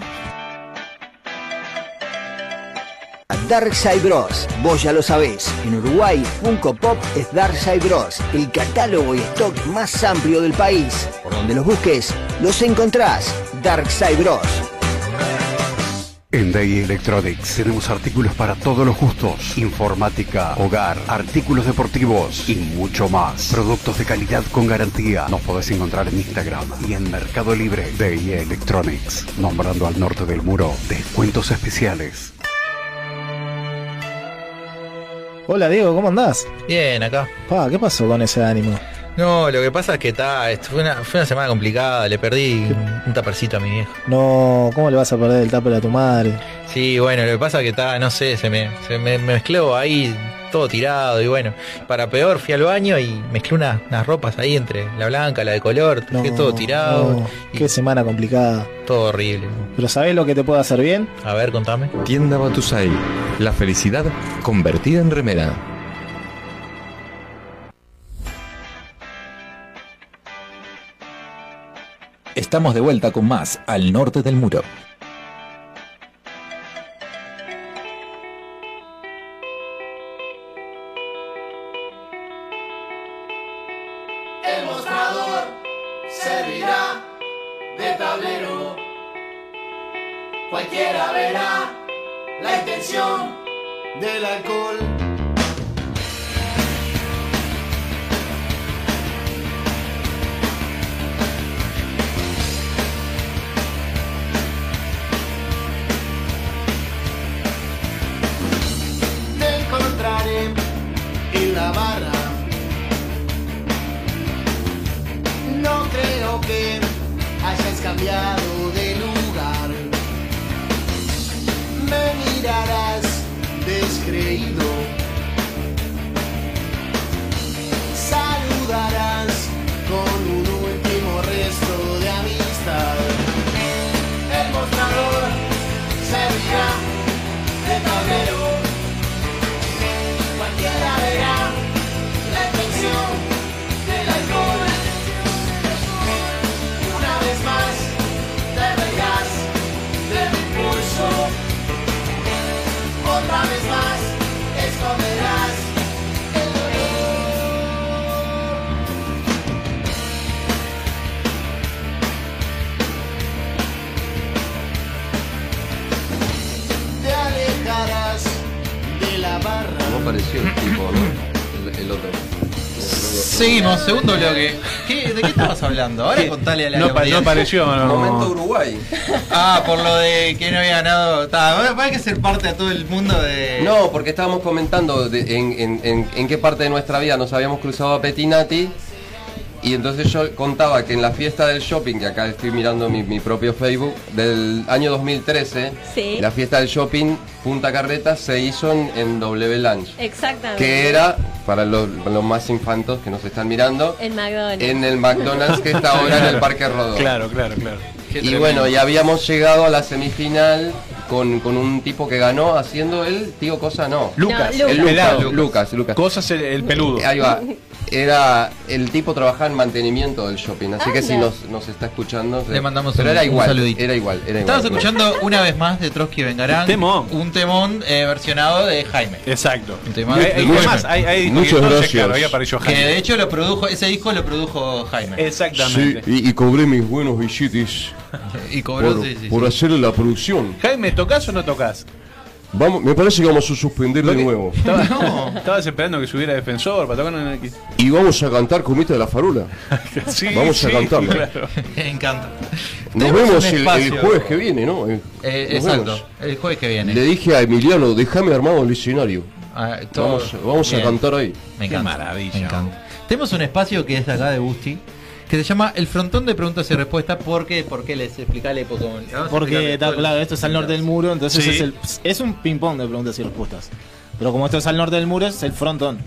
Darkside Bros. Vos ya lo sabés. En Uruguay, Funko Pop es Darkside Bros. El catálogo y stock más amplio del país. Por donde los busques, los encontrás. Darkside Bros. En Day Electronics tenemos artículos para todos los gustos, informática, hogar, artículos deportivos y mucho más. Productos de calidad con garantía. Nos podés encontrar en Instagram y en Mercado Libre. Day Electronics, nombrando al norte del muro, descuentos especiales. Hola Diego, ¿cómo andás? Bien, acá. Pa, ¿qué pasó con ese ánimo? No, lo que pasa es que está, esto fue una, fue una semana complicada, le perdí un, un tapercito a mi viejo. No, ¿cómo le vas a perder el tupper a tu madre? Sí, bueno, lo que pasa es que está, no sé, se me, se me me mezcló ahí todo tirado y bueno, para peor fui al baño y mezclé unas, unas ropas ahí entre la blanca, la de color, dejé todo tirado, No, qué semana complicada. todo horrible. Pero ¿sabés lo que te puede hacer bien? A ver, contame. Tienda Batusai. La felicidad convertida en remera. Estamos de vuelta con más al norte del muro. El mostrador servirá de tablero. Cualquiera verá la intención del alcohol. Te encontraré en la barra. No creo que hayas cambiado de lugar. Me mirarás descreído. Saludarás con un último resto de amistad. El mostrador servirá de tablero. Cualquiera verá la intención del alcohol. Una vez más te reirás de mi pulso. Otra vez más esconderás el dolor. Te alejarás de la barra. ¿Cómo pareció el tipo, no? El, el otro. Seguimos, segundo bloque. ¿Qué- ¿De qué estabas hablando? Ahora contale a la No, pa- no audiencia. apareció, no. Momento Uruguay. Ah, por lo de que no había ganado. Está, bueno, hay que ser parte a todo el mundo de. No, porque estábamos comentando de- en, en- en- en qué parte de nuestra vida nos habíamos cruzado a Petinati. Y entonces yo contaba que en la fiesta del shopping, que acá estoy mirando mi, mi propio Facebook, del año 2013, Sí. la fiesta del shopping Punta Carreta se hizo en, en W Lunch, Exactamente. que era, para los, los más infantos que nos están mirando, El McDonald's. en el McDonald's que está ahora en el Parque Rodó. Claro, claro, claro. Y bueno, y habíamos llegado a la semifinal con, con un tipo que ganó haciendo el tío Cosa no. Lucas, el el pelado. Lucas, Lucas, Lucas. Cosas el, el peludo. Ahí va. Era el tipo trabajaba en mantenimiento del shopping, así que si Anda. nos, nos está escuchando, Le mandamos pero un- era un igual, saludito. era igual, era igual. Estabas escuchando una vez más de Trotsky Vengarán. Un temón. Un temón eh, versionado de Jaime. Exacto. Un Hay- hay- además, hay- hay Muchas directores, gracias. claro, ahí apareció Jaime. Que de hecho lo produjo, ese disco lo produjo Jaime. Exactamente. Sí, y, y cobré mis buenos billetes Eh, Y cobró, por, sí, sí, por sí. hacer la producción. Jaime, ¿tocás o no tocas? Vamos, me parece que vamos a suspender de nuevo. Estabas esperando que subiera defensor para tocar en el... Y vamos a cantar con esta de la farola. Sí, vamos a sí, cantarla. claro. Me encanta. Nos Tenemos vemos un el, espacio. el jueves que viene, ¿no? Eh, Eh, nos exacto, vemos. el jueves que viene. Le dije a Emiliano, déjame armado el escenario. Ah, todo- vamos vamos a bien. cantar ahí. Me encanta. me encanta. Tenemos un espacio que es de acá de Busti. Que se llama el frontón de preguntas y respuestas. ¿Por qué? ¿Por qué les explica el epocón? Porque, está claro, esto es al norte del muro, entonces Sí. es, el- es un ping-pong de preguntas y respuestas. Pero como esto es al norte del muro, es el frontón.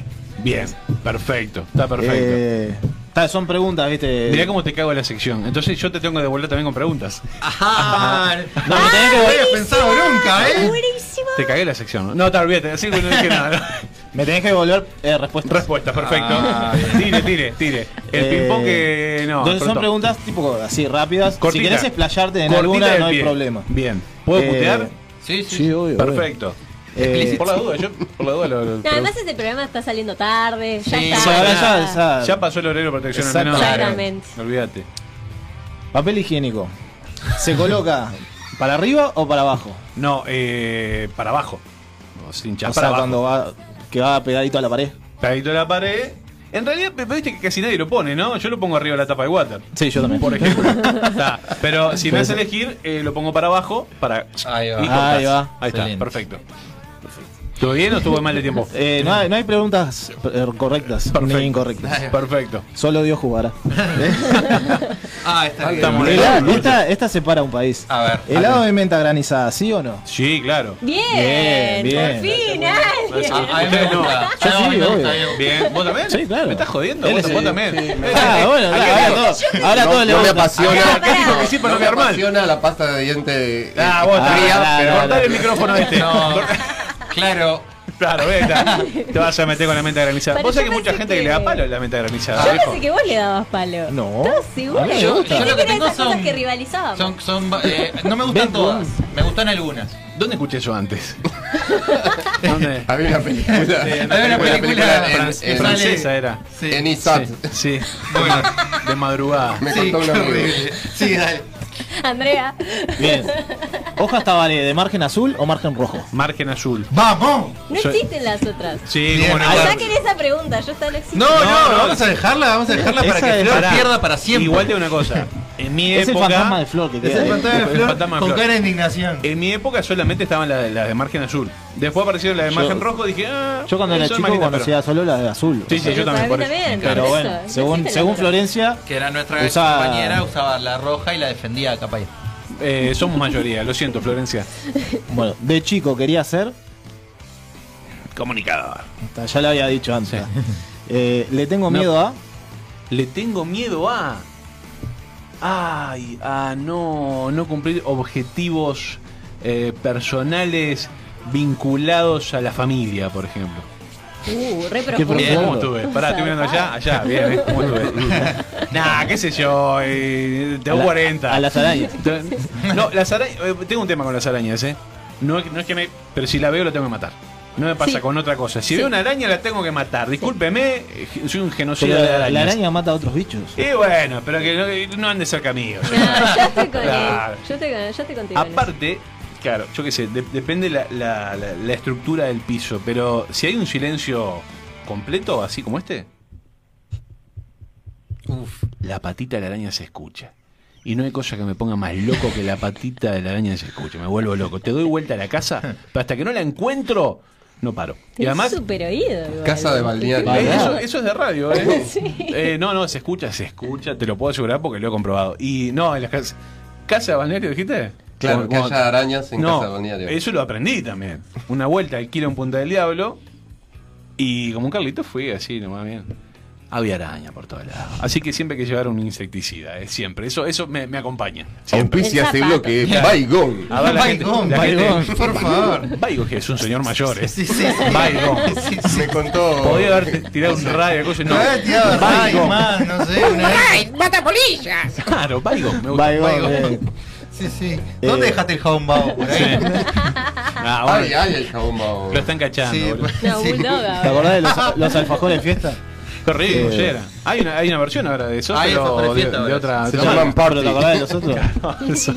Bien, perfecto, está perfecto. Eh, está, son preguntas, ¿viste? Mirá cómo te cago en la sección. Entonces yo te tengo que devolver también con preguntas. Ajá. No, me tenés que No vol- había pensado nunca, ¿eh? Te cagué la sección. ¿no? No, está olvídate, así que no dije nada. Me tenés que devolver eh, respuestas. Respuestas, perfecto. Ah, bien. tire, tire, tire. El Eh, ping-pong que. No. Entonces son pronto. preguntas tipo así rápidas. Cortita. Si querés explayarte en Cortita alguna, del no hay pie. problema. Bien. ¿Puedo putear? Sí, Eh, sí. obvio. Perfecto. Eh, por la duda, yo por la duda lo. lo- No, además este programa está saliendo tarde, ya Sí, está. ahora ya- ya- Ya pasó el horario de protección al menor. Exactamente. Olvídate. Papel higiénico. ¿Se coloca para arriba o para abajo? No, eh, para abajo. No, sin o chapar sea, abajo. cuando va, que va pegadito a la pared. Pegadito a la pared. En realidad, pe- viste que casi nadie lo pone, ¿no? Yo lo pongo arriba de la tapa de water. Sí, yo también. Por ejemplo. Está. Pero si me Puede hace ser. elegir, eh, lo pongo para abajo. Para... Ahí va. y cortás. Ahí va. Ahí está, Excelente. perfecto. ¿Estuvo bien o estuvo mal de tiempo? Eh, no, hay, no hay preguntas eh, correctas ni incorrectas. Perfecto. Solo Dios jugará. Ah, está bien. Helado- esta, esta separa un país. A ver. ¿Helado de menta granizada, sí o no? Sí, claro. Bien, Bien, por fin, alguien. A mí me gusta. Yo A mí sí, me obvio. gusta, digo. Bien, ¿vos también? Sí, claro. ¿Me estás jodiendo? Él ¿Vos, es vos el- también? Eh, Ah, bueno, Aquí ahora no. todo, ahora No- todo le no me gusta. apasiona. Acá dijo que sí, pero no no me queda mal. apasiona la pasta de diente. Ah, eh, vos estás- fría, ah, pero- cortale el micrófono este. No. Claro. Claro, ve, está. Te vas a meter con la menta granizada. Pero Vos yo sabés que mucha pensé gente que que- le da palo a la menta granizada. Yo viejo. pensé que vos le dabas palo. No. ¿Estás seguro? A mí me Yo, gusta. yo lo que Era tengo esas cosas son. que rivalizábamos. son, son eh, no me gustan todas. Me gustan algunas. ¿Dónde escuché eso antes? ¿Dónde? Había una película. Eh, Hay una Una película película en- fran- en- francesa sale- era. Sí. En Isat. Sí. Bueno, de madrugada. Me Sí, contó un qué amigo. horrible. Sí, dale. Andrea. Bien. ¿Hojas tabaré de margen azul o margen rojo? Margen azul. ¡Vamos! No Yo- existen las otras. Sí, Bien, como no. ahí claro. Ya quería esa pregunta, yo esta no existe. No, no, no, vamos a dejarla, vamos a dejarla para Esa que es- Flor Pará. pierda para siempre. Igual de una cosa. En mi Es el época. fantasma de Flor que Es queda el ahí. fantasma de El Flor fantasma de con Flor. cara de indignación. En mi época solamente estaban las las de margen azul. Después aparecieron las de Yo- margen rojo. Dije, ah, Yo cuando son era chico margaritas, pero- conocía solo la de azul. Sí, sí, yo Pero también. por para eso. mí también, Pero por bueno, eso, no según, existe la según otra. Florencia, Que era nuestra Usaba- compañera, usaba la roja y la defendía a capa y- Eh, somos mayoría, lo siento, Florencia. bueno, de chico quería ser, Comunicador. hasta ya lo había dicho antes. Eh, le tengo miedo a. Le tengo miedo a. Ay, a no, no cumplir objetivos eh, personales vinculados a la familia, por ejemplo. Uh, re Bien, profundo. ¿cómo estuve? Pará, estoy mirando allá, allá, bien, ¿eh? ¿Cómo estuve? nah, qué sé yo, eh, tengo A la- 40. a las arañas. No, las arañas, eh, tengo un tema con las arañas, ¿eh? No, es- no es que me. Pero si la veo, la tengo que matar. No me pasa Sí. con otra cosa. Si Sí. veo una araña, la tengo que matar. Discúlpeme, eh, soy un genocida Pero de la, arañas. araña mata a otros bichos. Y bueno, pero que no, no ande cerca mío. No, yo estoy con él. Claro. Yo estoy con- yo estoy contigo. en eso. Aparte, claro, yo qué sé, de- depende la, la- la- la estructura del piso, pero si hay un silencio completo, así como este, uf, la patita de la araña se escucha. Y no hay cosa que me ponga más loco que la patita de la araña se escucha. Me vuelvo loco. Te doy vuelta a la casa, pero hasta que no la encuentro, no paro. Y Tenés además, súper oído. igual. Casa de balneario. eh, Pará. eso, eso es de radio, ¿eh? Sí. Eh, No, no, se escucha, se escucha, te lo puedo asegurar porque lo he comprobado. Y no, en las casas. ¿Casa de balneario dijiste? Claro, Como- que como- haya arañas en no, casa de balneario. Eso lo aprendí también. Una vuelta al kilo en Punta del Diablo. Y como un Carlito fui así, nomás bien. Había araña por todos lados. Así que siempre hay que llevar un insecticida, eh, siempre. Eso, eso me, me acompaña. Siempre. Auspicia El este zapato. bloque. Claro. Baigón. A ver, la gente- Baigón, la gente- Baigón, por favor. Baigo, que es un señor mayor, eh. Sí, sí, sí. Baigón. Sí, sí. Me contó. Podía haber tirado un radio, cosa y no. No había tirado Ray, Baigón. man, no sé, una vez. Claro, Baigón, me gusta. Va y va, Baigón. bien. Sí, sí. ¿Dónde dejaste el jabón babo por ahí? Ah, bueno, Ay, ay, el jabón babo. Lo están cachando, Sí, boludo. No, sí. bulldog ¿Te ahora. acordás de los, los alfajores de fiesta? Qué rico, Eh. Yera. Hay una, hay una versión ahora de eso, Hay esa pero de, parecida de ahora. otra. Se de otra- llaman Pero ¿te party. acordás de los otros?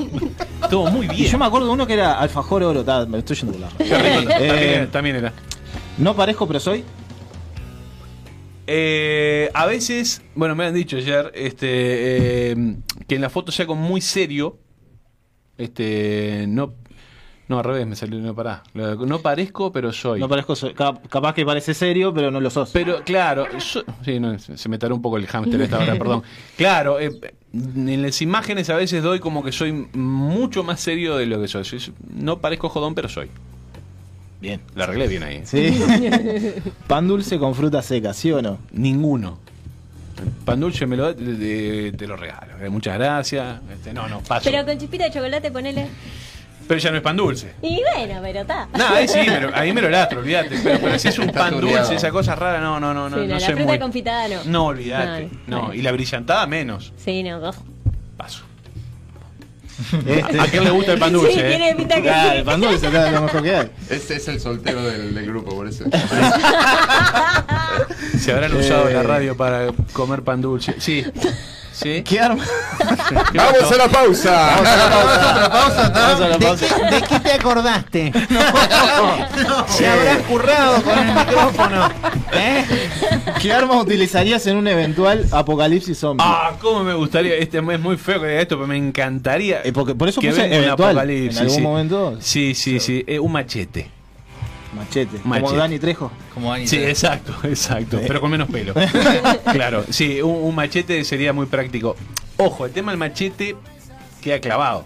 Estuvo muy Y bien. yo me acuerdo de uno que era alfajor oro. ta, me estoy yendo por la Qué Eh, rico, también, también era. No parezco, pero soy. Eh, a veces, bueno, me han dicho ayer este, eh, que en la foto ya con muy serio, este, no, no, al revés, me salió, no pará. Lo- No parezco, pero soy. No parezco, soy- cap- capaz que parece serio, pero no lo sos. Pero claro, yo- sí, no, se se me taró un poco el hámster a esta hora, perdón. Claro, eh, en las imágenes a veces doy como que soy mucho más serio de lo que soy. Soy- No parezco jodón, pero soy. Bien. La arreglé bien ahí. eh. Sí. Pan dulce con fruta seca, ¿sí o no? Ninguno. Pan dulce me lo, da, te- te, te lo regalo. Eh, Muchas gracias. Este, no, no, paso. Pero con chispita de chocolate, ponele. Pero ya no es pan dulce. Y bueno, pero está. No, ahí sí, me lo- ahí me lo lastro, olvídate. Pero, pero si es un Está pan tuneado. dulce, esa cosa rara, no, no, no, no, Sí, no, no la soy fruta muy- confitada no. No, olvídate. Eh, Ay, No, ay. y la brillantada menos. Sí, no, dos. Paso. Este- ¿A, a quién le gusta el pan dulce? Sí, eh? tiene pinta que Claro, sí. el pan dulce, claro, lo mejor que hay. Ese es el soltero del, del grupo, por eso. Se habrán Eh. usado la radio para comer pan dulce. Sí. ¿Sí? ¿Qué arma? ¡Vamos a la Ah, pausa! ¿De qué, de qué te acordaste? Se habrás currado con el micrófono. ¿eh? ¿Qué armas utilizarías en un eventual apocalipsis zombie? Ah, cómo me gustaría. Este es muy feo que diga esto, pero me encantaría. Eh, porque por eso que puse venga un eventual, apocalipsis, en algún sí. momento. Sí, sí, sí. Eh, un machete. Machete. Machete. Como Dani Trejo. Como Dani Sí, Trejo. exacto, exacto. Pero con menos pelo. claro, sí, un, un machete sería muy práctico. Ojo, el tema del machete queda clavado.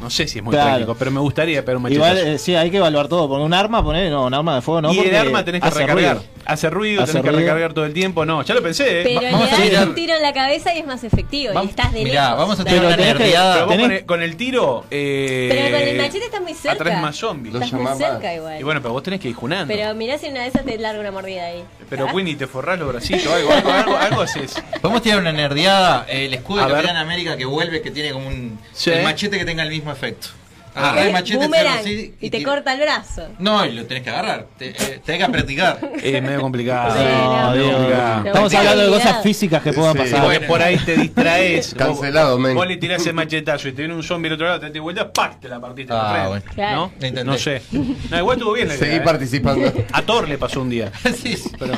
No sé si es muy Claro. práctico, pero me gustaría pegar un machete. Igual, eh, sí, hay que evaluar todo. Poner un arma, poner, no, un arma de fuego, no. y el porque arma tenés que hace recargar. ruido. Hace ruido, Hace tenés ruido. que recargar todo el tiempo. No, ya lo pensé. ¿eh? Pero Va- le vamos a das tirar- un tiro en la cabeza y es más efectivo. y estás de mirá, lejos. vamos a Pero- tener una tenés que- Pero nerviada. vos tenés- con el, con el tiro. eh, Pero con el machete estás muy cerca. atraes más zombies. Estás muy cerca igual. Y bueno, pero vos tenés que ir junando. Pero, Pero ah, mirá si una de esas te larga una mordida ahí. Winnie, te forrás los bracitos, algo, algo, algo, algo haces. Podemos tirar una nerdeada. eh, El escudo A de ver. Capitán América que vuelve, que tiene como un. Sí. El machete que tenga el mismo efecto. Ah. Agarrá el ¿Eh? machete, Boomerang, tiralo así y te tira- corta el brazo. No, y lo tenés que agarrar. Te- eh, tenés que practicar. Es medio complicado. Sí, No, medio Dios. Ah. complicado. Estamos Pero hablando de habilidad. cosas físicas que puedan Sí, pasar. porque por ahí te distraes. Cancelado, Vos- men. Vos le tirás el machetazo y te viene un zombie del otro lado, te das vuelta, ¡pac! Te la partiste en Ah, la bueno. frente. Claro. ¿No? Lo intenté. No sé. No, igual estuvo bien la idea, Seguí ¿eh? participando. A Thor le pasó un día. sí, sí. Pero-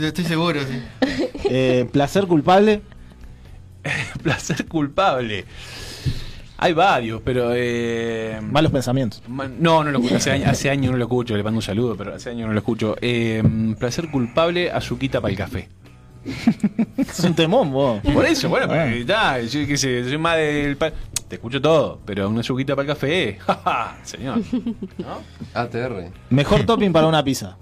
Estoy seguro, sí. Eh, placer culpable. Placer culpable. Hay varios, pero. Eh... Malos pensamientos. Ma- No, no lo escucho. Hace años hace año no lo escucho. Le mando un saludo, pero hace años no lo escucho. Eh, placer culpable, azuquita para el café. Es un temón, vos. Por eso, bueno, Bueno. pero, da, yo qué sé, soy más del. pa- Te escucho todo, pero una azuquita para el café, jaja, señor. ATR. Mejor topping para una pizza.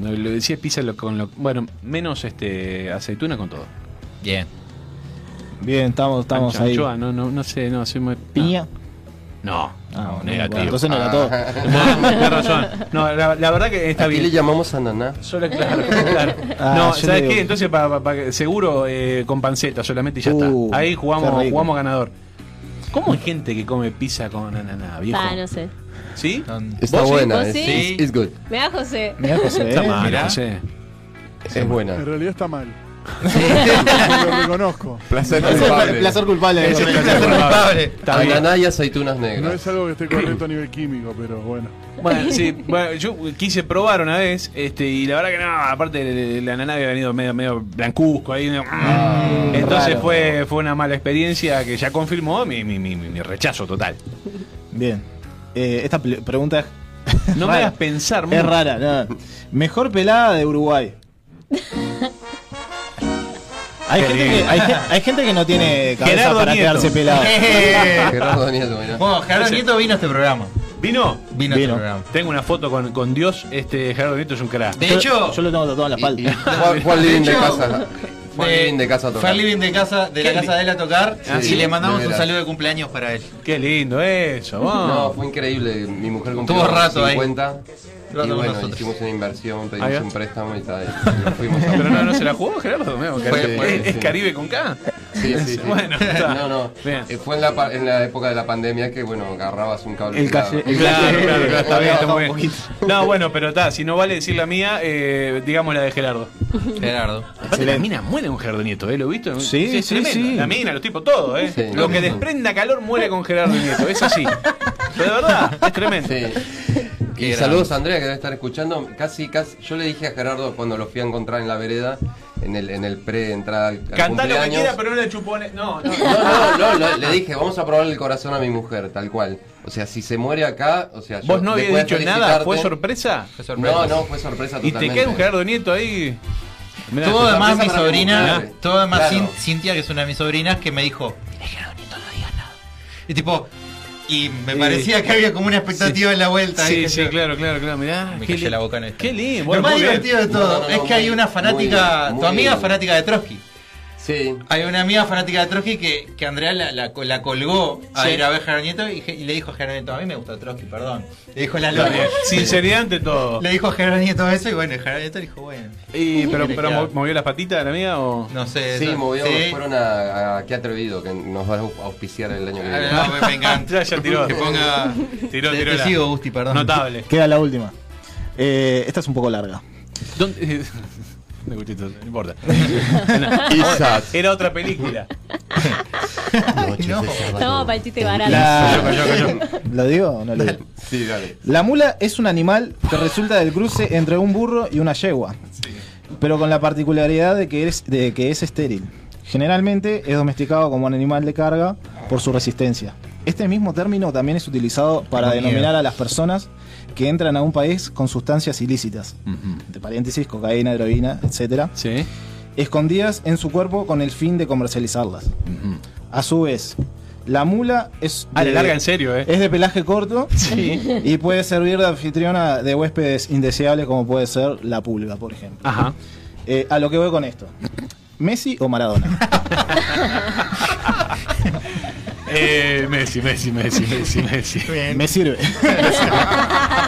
Mm, lo decía pizza lo- con lo. Bueno, menos este aceituna con todo. Bien. Bien, estamos, estamos Ancho- ahí. anchoa, no, no, no sé, no, soy muy. Piña. No, no, Ah, bueno, negativo. bueno, entonces no era todo. Tenés razón. No, la, la verdad que está Aquí bien. le llamamos ananá. Solo, claro, claro. Ah, no, yo le ¿sabes digo. qué? Entonces, pa- pa- pa- que- seguro eh, con panceta solamente y ya Uh, está. Ahí qué jugamos, rico. jugamos ganador. ¿Cómo hay gente que come pizza con ananá, viejo? Ah, no sé. ¿Sí? Está ¿Vos sí? buena. ¿Vos es- sí? It's, it's good. Me da José. Mirá, José. Está eh. mal, mirá. no sé. Es En buena. realidad está mal. Lo reconozco. Placer Placer, placer culpable. Ese correcto. placer culpable. Está bien. Ananá y aceitunas No negras. es algo que esté correcto a nivel químico, pero bueno. Bueno, sí, bueno, yo quise probar una vez, este, y la verdad que no, aparte el- el- la nana había venido medio, medio blancuzco ahí. medio- entonces Mm, raro. fue, fue una mala experiencia que ya confirmó mi, mi, mi, mi rechazo total. Bien. Eh, esta ple- pregunta es, No me Rara. hagas pensar es mucho. rara. no. Mejor pelada de Uruguay. Hay Qué gente, lindo. que, hay, gen- hay gente que no tiene cabeza Gerardo para Nieto. Eh. quedarse pelada. Gerardo Nieto, mirá. Bueno, Gerardo Nieto vino a este programa. ¿Vino? Vino, a este Vino. programa. Tengo una foto con, con Dios, este Gerardo Nieto es un crack. De Yo- hecho, yo lo tengo tatuado en la Y- y- espalda. Fue fue al living de hecho, casa. Fue al de- living de casa a Fue tocar. al living de casa, de la Qué casa de él a tocar. Ah, y sí, le mandamos de un veras. saludo de cumpleaños para él. Qué lindo eso, vos. No, fue increíble. Mi mujer cumplió Estuvo rato ahí. 50. Rato y con bueno, nosotros. hicimos una inversión, Ahí pedimos va. un préstamo y tal. y nos fuimos a- Pero no, no se la jugó Gerardo, Mira, Fue- Caribe- fue- ¿Es, es sí. Caribe con K? Sí, sí, sí. Bueno, está. No, no. Bien. Eh, Fue en la, pa- en la época de la pandemia que, bueno, agarrabas un cable. El pelado. calle- el Claro, claro, claro, está bien, está muy Un bien. poquito. No, bueno, pero está, si no vale decir la mía, eh, digamos la de Gerardo. Gerardo. Aparte, la mina muere un Gerardo Nieto, ¿eh? ¿Lo viste? Sí, es sí, tremendo. sí. La mina, los tipos, todo, ¿eh? Sí. Lo que desprenda calor muere con Gerardo Nieto, es así. Pero de verdad, es tremendo. Sí. Y saludos a Andrea que debe estar escuchando. Casi, casi. Yo le dije a Gerardo cuando lo fui a encontrar en la vereda, en el, en el pre-entrada al, al Cantá lo que cumpleaños. quiera, pero no le chupones. No, no, No, no, no, le dije, vamos a probarle el corazón a mi mujer, tal cual. O sea, si se muere acá, o sea, yo ¿Vos no habías después de dicho nada? ¿Fue felicitarte- sorpresa? No, no, fue sorpresa ¿Y te totalmente. queda un Gerardo Nieto ahí? Mirá, Todo tu además sorpresa mi para mi sobrina, mujer. todo además Claro. Cin- Cintia, que es una de mis sobrinas, que me dijo, "Le dije a Donito, no digas nada. Y tipo, y me Sí. parecía que había como una expectativa Sí. en la vuelta. Sí, dije sí, yo. claro, claro, claro. Mirá. Me qué cayó li- la boca en esta. Qué lindo. Lo bueno, más muy bien. divertido de todo es que hay una fanática, muy tu amiga bien. fanática de Trotsky. Sí. Hay una amiga fanática de Trotsky que, que Andrea la, la- la colgó a Sí. ir a ver Gerardo Nieto y, y le dijo a Gerardo Nieto, a mí me gusta Trotsky, perdón. Le dijo la Está bien. loca. Sinceridad ante todo. Le dijo a Gerardo Nieto eso y bueno, Gerardo Nieto dijo, bueno. Y, pero, ¿Qué pero querés mo- movió las patitas la amiga o no sé Sí, movió, fueron a, a- Qué Atrevido, que nos va a auspiciar el año que viene. Ah, me- me ya, encanta. ya tiró Que ponga- tiró Te- tiró te la- sigo, Gusti, perdón. notable Queda la última. Eh, esta es un poco larga. ¿Dónde? No escuché todo, no importa. Quizás. Era otra película. No. Estamos para el chiste barato. La- ¿Lo digo o no lo digo? Sí, dale. La mula es un animal que resulta del cruce entre un burro y una yegua, pero con la particularidad de que, es, de que es estéril. Generalmente es domesticado como un animal de carga por su resistencia. Este mismo término también es utilizado para Tengo denominar miedo. a las personas que entran a un país con sustancias ilícitas, entre paréntesis, cocaína, heroína, etc., escondidas en su cuerpo con el fin de comercializarlas. A su vez, la mula es Ah, le larga en serio, eh. es de pelaje corto Sí. y puede servir de anfitriona de huéspedes indeseables como puede ser la pulga, por ejemplo. Ajá. Eh, a lo que voy con esto. ¿Messi o Maradona? Eh, Messi, Messi, Messi, Messi, Messi. Me sirve.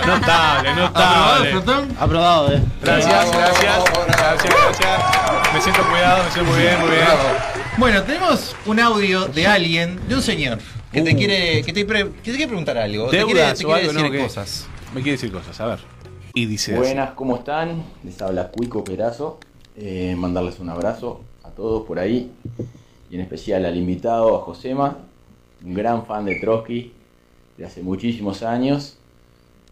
Notable, notable. Aprobado, eh. Gracias, gracias, gracias, gracias. Me siento cuidado, me siento muy bien, muy bien. Bueno, tenemos un audio de alguien, de un señor, que te quiere, que te, pre- que te quiere preguntar algo, te quiere, Deudas te o quiere algo, ¿no? decir ¿Qué? cosas. Me quiere decir cosas, a ver. Y dice así. Buenas, ¿cómo están? Les habla Cuico Perazo. Eh, mandarles un abrazo a todos por ahí y en especial al invitado, a Josema, un gran fan de Trotsky de hace muchísimos años,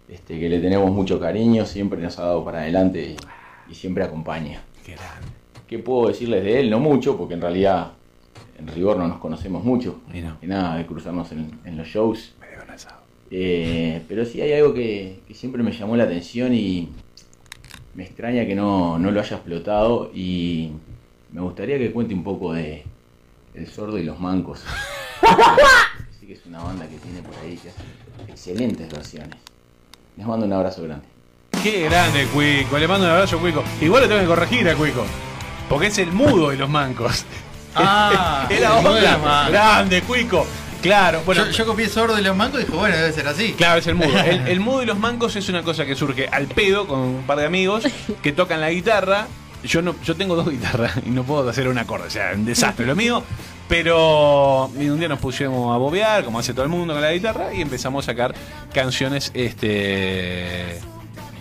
este, que le tenemos mucho cariño, siempre nos ha dado para adelante y, y siempre acompaña. ¿Qué puedo decirles de él? No mucho, porque en realidad en rigor no nos conocemos mucho. Y, nada, de cruzarnos en, en los shows. Eh, pero sí hay algo que, que siempre me llamó la atención y me extraña que no, no lo haya explotado y me gustaría que cuente un poco de El Sordo y los Mancos. Así que es una banda que tiene por ahí que hace excelentes versiones. Les mando un abrazo grande. Qué grande, Cuico. Le mando un abrazo, Cuico. Igual lo tengo que corregir a Cuico. Porque es el mudo de los mancos. Ah, Era el mudo de otra. los mancos. Grande, Cuico. Claro, bueno. yo, yo copié sordo de los mancos y dije, bueno, debe ser así. Claro, es el mudo. El, el mudo y los mancos es una cosa que surge al pedo con un par de amigos que tocan la guitarra. Yo no, yo tengo dos guitarras y no puedo hacer un acorde, o sea, un desastre lo mío. Pero un día nos pusimos a bobear, como hace todo el mundo con la guitarra, y empezamos a sacar canciones. Este,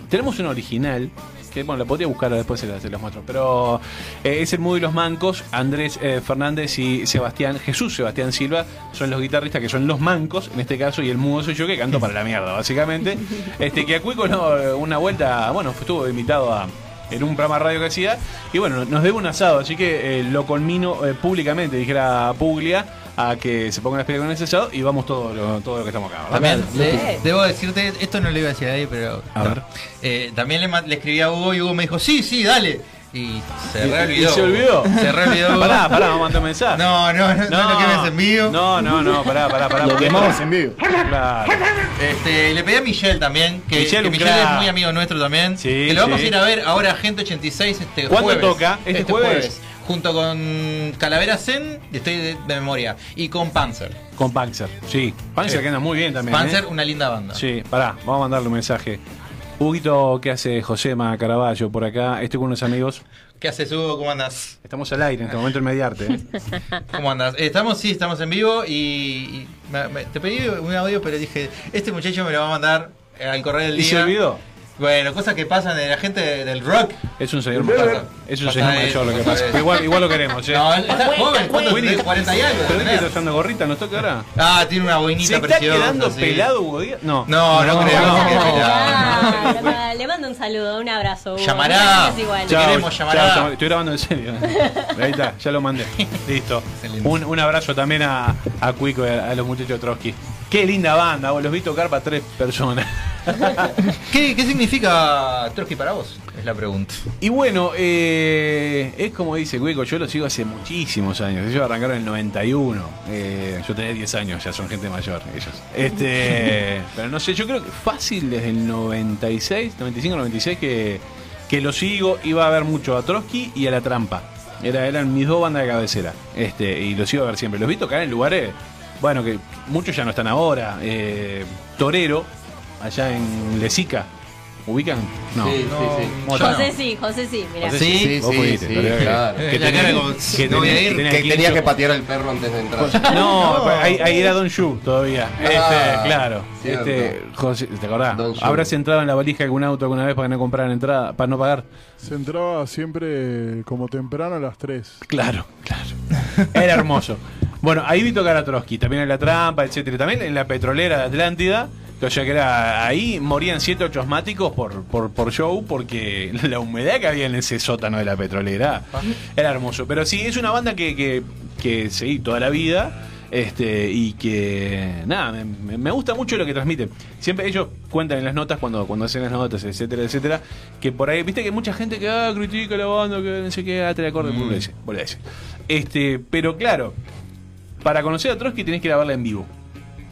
tenemos una original que bueno, la podría buscar después se las, se las muestro. Pero eh, es el Mudo y los Mancos. Andrés eh, Fernández y Sebastián, Jesús Sebastián Silva, son los guitarristas que son los mancos en este caso. Y el mudo soy yo que canto para la mierda, básicamente. Este, que a Cuico no, eh, una vuelta, bueno, estuvo invitado a. En un programa de radio que hacía. Y bueno, nos debe un asado. Así que eh, lo conmino eh, públicamente, dijera Puglia, a que se ponga las pilas con ese asado. Y vamos todo lo, todo lo que estamos acá. ¿verdad? También, de- debo decirte, esto no lo iba a decir ahí, pero. A ver. Eh, también le, ma- le escribí a Hugo y Hugo me dijo, sí, sí, dale. Y se Y- re y olvidó. se olvidó. Se re olvidó. Hugo. Pará, pará, vamos a mandar un mensaje. No, no, no, no lo quemes en vivo. No, no, no, pará, pará, pará. Lo porque- quemamos en vivo. Claro. Este, le pedí a Michelle también, que que Michelle, Michelle, un crack. es muy amigo nuestro también. que lo vamos a ir a ver ahora a Gente 86 este ¿Cuándo jueves. toca? ¿Este jueves? Junto con Calavera Zen, estoy de, de memoria, y con Panzer. Con Panzer, sí. Panzer Sí. que anda muy bien también. Panzer, ¿eh? una linda banda. Sí, pará, vamos a mandarle un mensaje. Huguito, ¿qué hace Josema Caraballo por acá? Estoy con unos amigos. ¿Qué haces, Hugo? ¿Cómo andas? Estamos al aire en este momento en Mediarte. ¿eh? ¿Cómo andas? Estamos, sí, estamos en vivo y, y me- me- te pedí un audio, pero dije, este muchacho me lo va a mandar eh, al correo del ¿Y día. se olvidó? Bueno, cosas que pasan de la gente del rock. Es un señor mayor. Es un señor mayor lo que pasa. Igual, igual lo queremos, ¿eh? No, él está joven, ¿cuánto Winnie, tiene? 40 y algo, ¿Pero ¿no? Winnie está usando gorrita? ¿No toca ahora? Ah, tiene una boinita ¿Se está preciosa, quedando sí. pelado Hugo Díaz? No. No, no creo que esté Ah, papá, le mando un saludo, un abrazo. Hugo. Llamará. Es igual. Chao, llamará. chao, chao. Estoy grabando en serio. Ahí está, ya lo mandé. Listo. Un, un abrazo también a, a Cuico y a, a los muchachos de Trotsky. Qué linda banda, vos los vi tocar para tres personas. ¿Qué, ¿Qué significa Trotsky para vos? Es la pregunta. Y bueno, eh, es como dice Cuico, yo lo sigo hace muchísimos años. Ellos arrancaron en el 91. Eh, yo tenía 10 años, ya son gente mayor ellos. Este, pero no sé, yo creo que fácil desde el 96, 95, 96 que, que lo sigo. Iba a ver mucho a Trotsky y a La Trampa. Era, eran mis dos bandas de cabecera. Este, y los iba a ver siempre. Los vi tocar en lugares, bueno, que muchos ya no están ahora. Eh, Torero, allá en Lezica. ¿Ubican? No. Sí, No. Motano. José sí, José sí, mira. José sí, vos fuiste, pero claro. que La cara tenía- como, que no voy a tenía- ir, tenía que quincho. tenías que patear el perro antes de entrar. Pues, No, ahí, ahí era Don Yu todavía. Este, Ah, claro. cierto. Este, José, ¿Te acordás? Don Yu. ¿Habrás entrado en la valija de algún auto alguna vez para que no compraran entrada, para no pagar? Se entraba siempre como temprano a las 3. Claro, claro. Era hermoso. Bueno, ahí vi tocar a Trotsky, también en La Trampa, etcétera, y también en la petrolera de Atlántida. O sea que era ahí, morían 7 8 asmáticos por, por, por show porque la humedad que había en ese sótano de la petrolera era hermoso. Pero sí, es una banda que, que, que seguí toda la vida este y que nada, me- me, me gusta mucho lo que transmiten. Siempre ellos cuentan en las notas, cuando, cuando hacen las notas, etcétera, etcétera, que por ahí, viste que hay mucha gente que ah, critica la banda, que no sé qué, ah, te la acorde, boludeces, boludeces. Este, pero claro, para conocer a Trotsky tenés que ir a verla en vivo.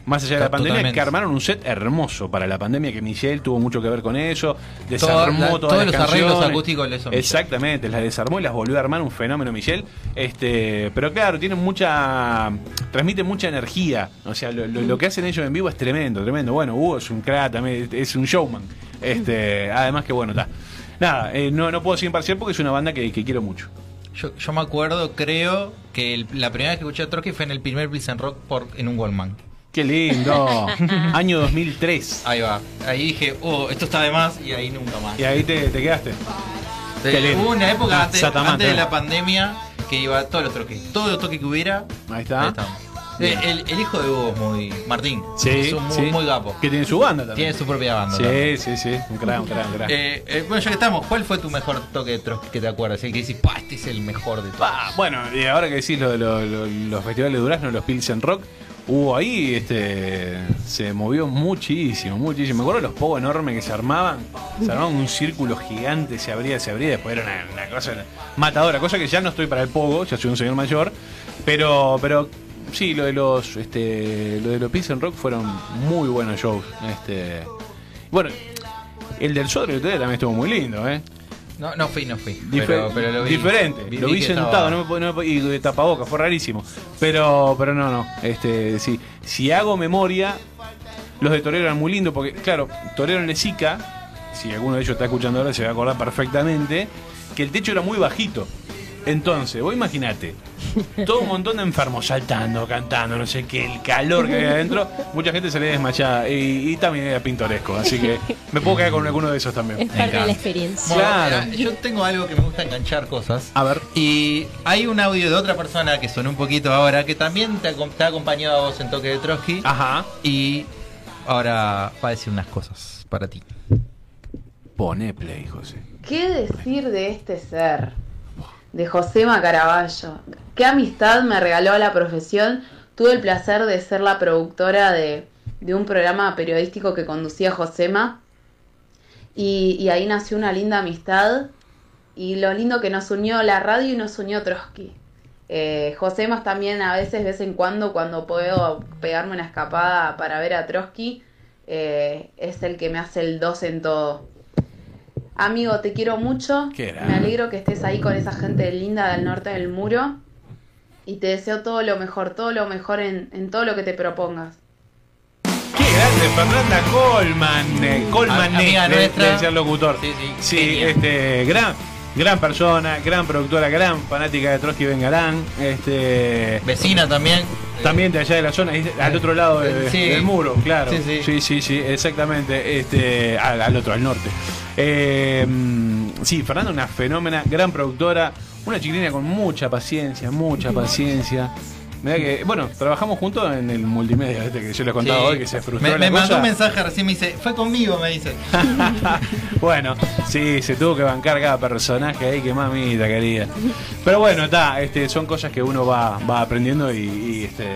Más allá de la pandemia, Totalmente. que armaron un set hermoso para la pandemia, que Michelle tuvo mucho que ver con eso, Toda desarmó la- todas todos las los arreglos canciones. acústicos lo hizo Michelle. Exactamente, las desarmó y las volvió a armar, un fenómeno Michelle. Este, pero claro, tienen mucha. transmiten mucha energía. O sea, lo, lo- lo que hacen ellos en vivo es tremendo, tremendo. Bueno, Hugo es un crack también, es un showman. Este, además que bueno, está. Nada, eh, no, no puedo ser imparcial porque es una banda que, que quiero mucho. Yo, yo me acuerdo, creo, que el- la primera vez que escuché a Trotsky fue en el primer Pilsen Rock por, en un Goldman. Qué lindo. Año 2003. Ahí va. Ahí dije, oh, esto está de más y ahí nunca más. Y ahí te, te quedaste. Sí, Qué lindo. hubo una época Ah, antes, Satamán, antes de también. la pandemia que iba a todos los troques. Todo los toque que hubiera. Ahí está. Ahí estamos. Eh, El, el hijo de Hugo es muy. Martín. Sí, es un muy, sí. muy gapo. Que tiene su banda también. Tiene su propia banda. también. Sí, sí, sí. Un crack, un crack, un crack. Eh, eh, bueno, ya que estamos, ¿cuál fue tu mejor toque de Trotsky que te acuerdas? El que decís, pa, este es el mejor de todos. Ah, bueno, y ahora que decís lo de lo- lo- los festivales de Durazno, los Pilsen Rock, hubo ahí, este, se movió muchísimo, muchísimo. Me acuerdo de los pogos enormes que se armaban, se armaban un círculo gigante, se abría, se abría, después era una, una cosa matadora, cosa que ya no estoy para el pogo, ya soy un señor mayor, pero, pero sí, lo de los, este, lo de los Pilsen Rock fueron muy buenos shows, este, bueno. El del Sodre el otro día también estuvo muy lindo, ¿eh? No, no fui, no fui. Difer- pero, pero lo vi. diferente, lo vi que sentado estaba- no me po- no me po- y de tapabocas, fue rarísimo. Pero, pero no, no. Este, sí. Si hago memoria, los de Torero eran muy lindos, porque, claro, Torero en Lezica, si alguno de ellos está escuchando ahora, se va a acordar perfectamente, que el techo era muy bajito. Entonces, vos imaginate, todo un montón de enfermos saltando, cantando, no sé qué, el calor que había adentro, mucha gente salía desmayada y, y también era pintoresco, así que me puedo quedar con alguno de esos también. Es parte de la Bueno, experiencia. Claro. mira, yo tengo algo que me gusta enganchar cosas. A ver. Y hay un audio de otra persona que sonó un poquito ahora, que también te, acom- te ha acompañado a vos en Toque de Trotsky. Ajá. Y ahora va a decir unas cosas para ti. Pone play, José. ¿Qué decir de este ser? De José Macaraballo. ¿Qué amistad me regaló la profesión? Tuve el placer de ser la productora de, de un programa periodístico que conducía Josema. Y, y ahí nació una linda amistad. Y lo lindo que nos unió la radio y nos unió Trotsky. Eh, Josema también a veces, de vez en cuando, cuando puedo pegarme una escapada para ver a Trotsky, eh, es el que me hace el dos en todo. Amigo, te quiero mucho. Qué grande. Me alegro que estés ahí con esa gente linda del norte del muro. Y te deseo todo lo mejor, todo lo mejor en, en todo lo que te propongas. Qué grande, Fernanda Uh, Colman. eh, Colman Amiga eh, de- nuestra. de ser locutor. Sí, este, gran. Gran persona, gran productora, gran fanática de Trotsky Vengarán. Este, Vecina también. También de allá de la zona, es al otro lado de- Eh, Sí. del muro, claro. Sí, sí, sí, sí, exactamente. Este, al, al otro, al norte. Eh, mm, sí, Fernanda, una fenómena, gran productora, una chiquilina con mucha paciencia, mucha paciencia. Mirá que, bueno, trabajamos juntos en el multimedia, ¿viste? que yo les contaba Sí. hoy que se frustró Me, la me mandó cosa. un mensaje recién, me dice, fue conmigo, me dice. Bueno, sí, se tuvo que bancar cada personaje ahí, que mamita querida. Pero bueno, está, este, son cosas que uno va, va aprendiendo y, y, este,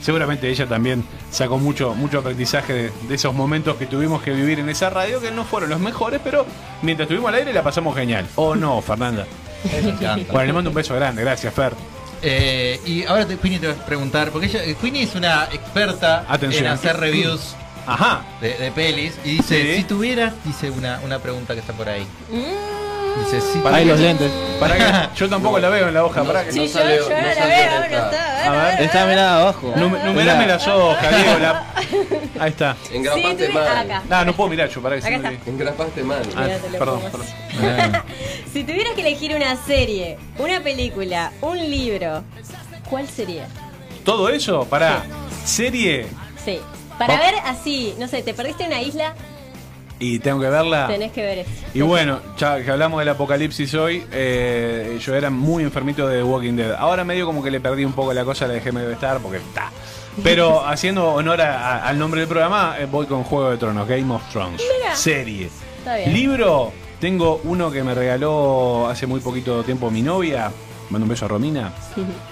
seguramente ella también sacó mucho, mucho aprendizaje de, de esos momentos que tuvimos que vivir en esa radio, que no fueron los mejores, pero mientras estuvimos al aire la pasamos genial. ¿O no, Fernanda? Bueno, le mando un beso grande, gracias, Fer. Eh, y ahora te, Queenie te voy a preguntar, porque ella, eh, Queenie es una experta Atención. en hacer reviews Ajá. De, de pelis y dice, Sí. si tuvieras, dice una, una pregunta que está por ahí. Dice, si Pará que- tuvieras- Pará que- yo tampoco la veo en la hoja, para que Sí, yo- yo ahora la veo, ahora está. A ver. Está mirada abajo. Num- numerame las hojas, Diego. la- Ahí está. Ah, Engrapaste Sí, tuve- mal. acá. No, no puedo mirar, yo pará que Acá se me está. olvide. Ah, Mira, te lo perdón, pongo así. perdón. Si tuvieras que elegir una serie, una película, un libro, ¿cuál sería? Todo eso, pará. Serie. Sí. Para Va- ver así, no sé, te perdiste en una isla, Y tengo que verla. tenés que ver eso. Y bueno, ya que hablamos del apocalipsis hoy, eh, yo era muy enfermito de The Walking Dead. Ahora medio como que le perdí un poco la cosa, la dejé medio estar porque está. Pero haciendo honor a- a- al nombre del programa, eh, voy con Juego de Tronos, Game of Thrones. Mira. Serie. Está bien. Libro, tengo uno que me regaló hace muy poquito tiempo mi novia. Mando un beso a Romina.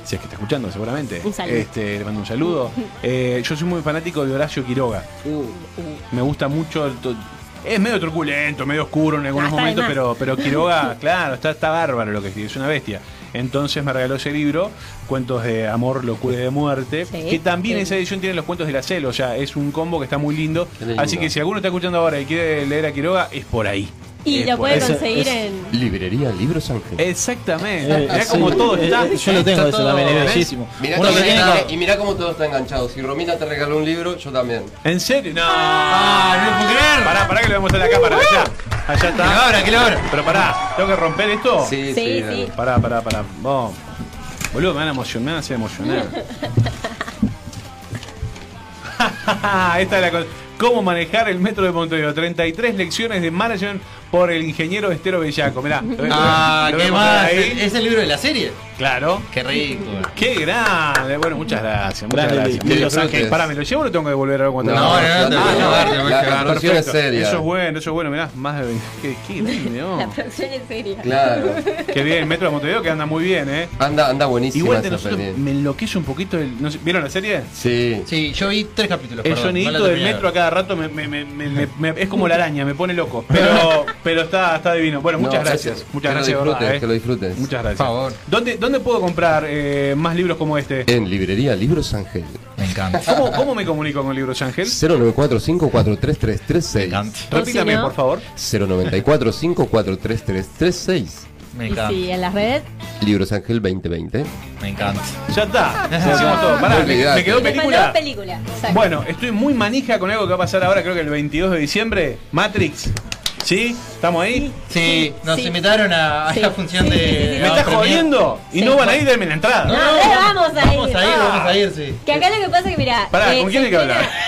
Si es que está escuchando, seguramente. Un saludo. Este, le mando un saludo. Eh, yo soy muy fanático de Horacio Quiroga. Uh. Me gusta mucho. el to- es medio truculento, medio oscuro en algunos Ah, está de momentos, más. pero, pero Quiroga, claro, está, está bárbaro lo que escribe, es una bestia. Entonces me regaló ese libro, Cuentos de Amor, Locura y de Muerte, que también sí. esa edición tiene los cuentos de la celo, o sea, es un combo que está muy lindo. lindo. Así que si alguno está escuchando ahora y quiere leer a Quiroga, es por ahí. Y pues, lo Es por puede ahí. conseguir en. Librería Libros Ángel. Exactamente. Eh, Mirá sí, como todo eh, está. eh, yo lo tengo Está eso todo- también, es ¿ves? bellísimo. Mirá Uno cómo que tiene está- y mirá cómo todo está enganchado. Si Romina te regaló un libro, yo también. ¿En serio? No. Ah, no puedo creer. Pará, pará que lo voy a mostrar a la cámara. Allá. Allá está. Que lo abra, que lo abra. Pero pará, ¿tengo que romper esto? Sí, Sí, sí, dale. sí. Pará, pará, pará. Vos. Boludo, me van a emocionar, me van a hacer emocionar. Esta es la cosa. ¿Cómo manejar el metro de Montevideo? 33 lecciones de management por el ingeniero Estero Bellaco. Mirá. lo voy a- Ah, lo voy a ¿qué mostrar más? ahí. Es el libro de la serie. Claro. Qué rico. Qué grande. Bueno, muchas gracias. Muchas Grande, gracias. Luis. Que Los disfrutes. Ángeles. Pará, ¿me lo llevo o lo tengo que devolver algo cuando No, Ah, no, no, te lo ah, voy a llevar, te lo voy ah, a llevar. La perfecto. producción es seria. Eso es bueno, eso es bueno. Mirá, más de 20. Qué, qué grande, ¿no? La producción es seria. Qué bien, Metro de Montevideo que anda muy bien, ¿eh? Anda, anda buenísima Igual de esa nosotros peli. me enloquece un poquito el. no sé, ¿Vieron la serie? Sí. Sí, yo vi tres capítulos. El perdón, no sonidito la del terminé de metro a cada rato me, me- me- me- me- me- es como la araña, me pone loco. Pero, pero está, está divino. Bueno, muchas No, gracias. Muchas que gracias, lo de disfrutes, verdad, ¿eh? que lo disfrutes. Muchas gracias. ¿Dónde, ¿Dónde puedo comprar eh, más libros como este? En Librería Libros Ángel. Me Ah. encanta. ¿Cómo, cómo me comunico con Libros Ángel? 094543336. Repítame, O si no- por favor. 094543336. Me Y sí, en las redes. Libros Ángel 2020. Me encanta. Ya está, hicimos todo. Pará, No me, olvidate. me quedó Le Te película. mandó película. exacto. Bueno, estoy muy manija con algo que va a pasar ahora, creo que el 22 de diciembre. Matrix. ¿Sí? ¿Estamos ahí? Sí, nos invitaron a, a Sí, la función sí, de. sí, sí, sí. la ¿Me estás premier. jodiendo? Y no van a ir, denme la entrada. No, No, no, eh, vamos, vamos a ir. vamos a ir, ah. vamos a ir, sí. Que acá lo que pasa es que, mira. Pará, ¿con quién hay que hablar?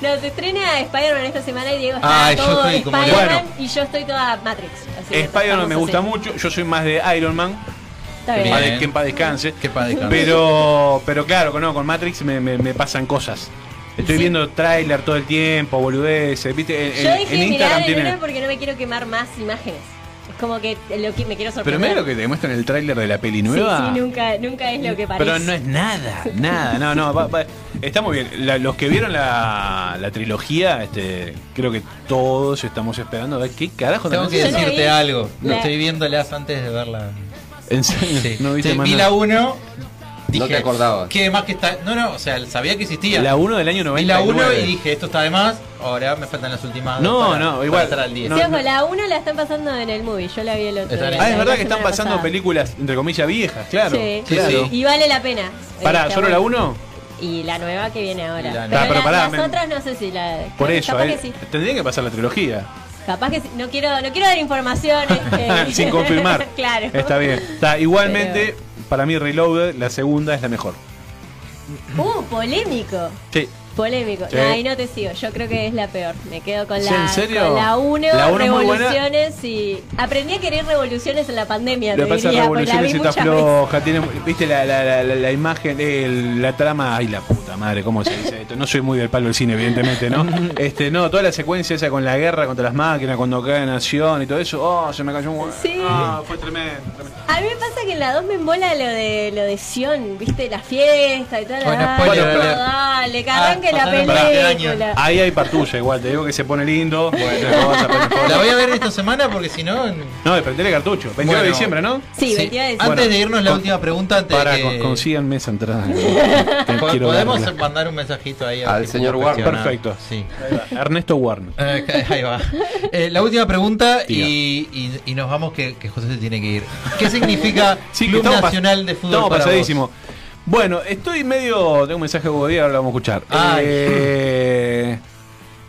No, se estrena Spider-Man esta semana y Diego está Ay, yo todo estoy como- Spider-Man Bueno. y yo estoy toda Matrix. así que Spider-Man me estamos gusta así. mucho, yo soy más de Iron Man. Está Que en bien. paz de- Que en paz descanse. descanse. Pero, pero claro, con- no, con Matrix me, me- me pasan cosas. Estoy viendo tráiler todo el tiempo, boludeces. ¿viste? En, Yo en- dije en Instagram mirar el tiene. lunes porque no me quiero quemar más imágenes. Es como que lo que me quiero Pero sorprender. mira lo que te muestran en el tráiler de la peli nueva. Sí, sí, nunca, nunca es lo que parece. Pero no es nada, nada, no, no, va- va- está muy bien. La- los que vieron la, la trilogía, este, creo que todos estamos esperando a ver qué carajo Tengo nos que hacen. decirte algo. Lo No. estoy viéndolas antes de verla. ¿En serio? No viste Sí, más vi nada. la 1. Dije, te acordabas. ¿Qué más que está? No, no, o sea, sabía que existía. La 1 del año Vi la 99. 1 y dije, esto está de más. Ahora me faltan las últimas. No, dos para- no, para igual, estar al día. no, Sí, ojo, la 1 la están pasando en el movie. Yo la vi el otro Están día. Ah, es verdad que la están semana pasando pasada. películas, entre comillas, viejas, claro. Sí, claro. y vale la pena. Pará, Está ¿solo bueno. la 1? Y la nueva que viene ahora. Y la pero nueva. Ah, pero la- pará, las me- otras no sé si la. Por capaz eso, que eh, sí. tendría que pasar la trilogía. Capaz que si- no quiero, no quiero dar información. este. Sin confirmar. claro. Está bien. Está, igualmente, para mí, Reloaded, la segunda es la mejor. Uh, polémico. Sí. Polémico. Sí. No, Ahí no te sigo. Yo creo que es la peor. Me quedo con ¿Sí, la, en serio? con la 1, La uno es muy buena. revoluciones y. Aprendí a querer revoluciones en la pandemia, Lo que te pasa es que diría, porque la Revoluciones vi está muchas veces. floja. Tiene, Viste la, la- la- la- la imagen, eh, el- la trama. Ay, la puta madre, ¿cómo se dice esto? No soy muy del palo del cine, evidentemente, ¿no? este No, toda la secuencia esa con la guerra contra las máquinas, cuando cae Nación y todo eso. Oh, se me cayó un. Sí. Ah, fue tremendo. tremendo. A mí me pasa que en la 2 me embola lo de lo de Sion, viste, la fiesta y toda la Bueno, data, spoiler, todo, alert. dale, que arranque la Pará. este película. Ahí hay partulla igual, te digo que se pone lindo. La voy a ver esta semana porque si no. No, desprendele cartucho. 29 Bueno. de diciembre, ¿no? Sí, 22 de diciembre. Antes de irnos, la Con- última pregunta. Antes Para, de que- consíganme esa entrada. Te Po- quiero Podemos verla. mandar un mensajito ahí a- Al señor Warner. Perfecto. Sí. Ernesto Warner. Eh, Ahí va. Eh, la última pregunta y, y- y nos vamos que, que José se tiene que ir. ¿Qué significa Sí, que Club estamos pas- Nacional de Fútbol? Estamos para vos? pasadísimo. Bueno, estoy medio. Tengo un mensaje de Hugo Díaz, ahora lo vamos a escuchar. Ay. Eh,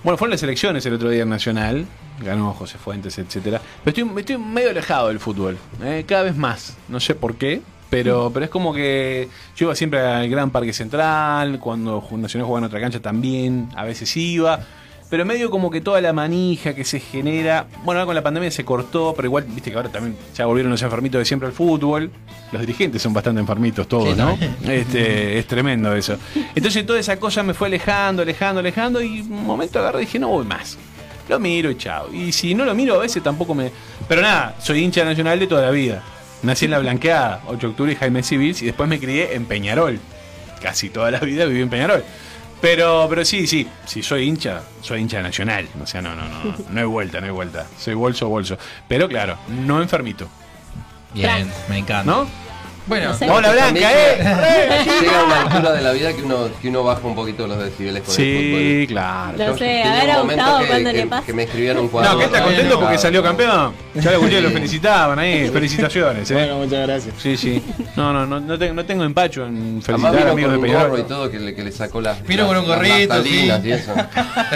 bueno, fueron las elecciones el otro día en Nacional. Ganó José Fuentes, etcétera. Pero estoy, estoy medio alejado del fútbol. eh, cada vez más. No sé por qué. Pero, pero es como que yo iba siempre al Gran Parque Central. Cuando ju- Nacional jugaba en otra cancha también. A veces iba. Pero medio como que toda la manija que se genera. Bueno, ahora con la pandemia se cortó, pero igual, viste que ahora también ya volvieron los enfermitos de siempre al fútbol. Los dirigentes son bastante enfermitos todos, ¿no? Este, es tremendo eso. Entonces toda esa cosa me fue alejando, alejando, alejando. Y un momento agarré y dije, no voy más. Lo miro y chao. Y si no lo miro, a veces tampoco me. Pero nada, soy hincha nacional de toda la vida. Nací en La Blanqueada, 8 de octubre y Jaime Civils, y después me crié en Peñarol. Casi toda la vida viví en Peñarol. Pero, pero sí, sí, si soy hincha, soy hincha nacional. O sea, no, no, no, no hay vuelta, no hay vuelta. Soy bolso, bolso. Pero claro, no enfermito. Bien, me encanta. ¿No? Bueno, hola Blanca, eh. Llega una altura de la vida que uno, que uno baja un poquito los decibeles con el fútbol. Sí, claro. Lo sé, Tenía a ver un a momento Gustavo que- cuando le que- pasa. Que me escribieron un cuadro. No, que está contento porque salió campeón. Ya lo escuché, lo felicitaban ahí. Felicitaciones, eh. Bueno, muchas gracias. Sí, sí. No, no, no, no, tengo, no tengo empacho en Además felicitar vino a con amigos de un gorro y Peñarol. todo que le, que le sacó las Vino con un las- las gorrito, naftalinas sí. y eso. Es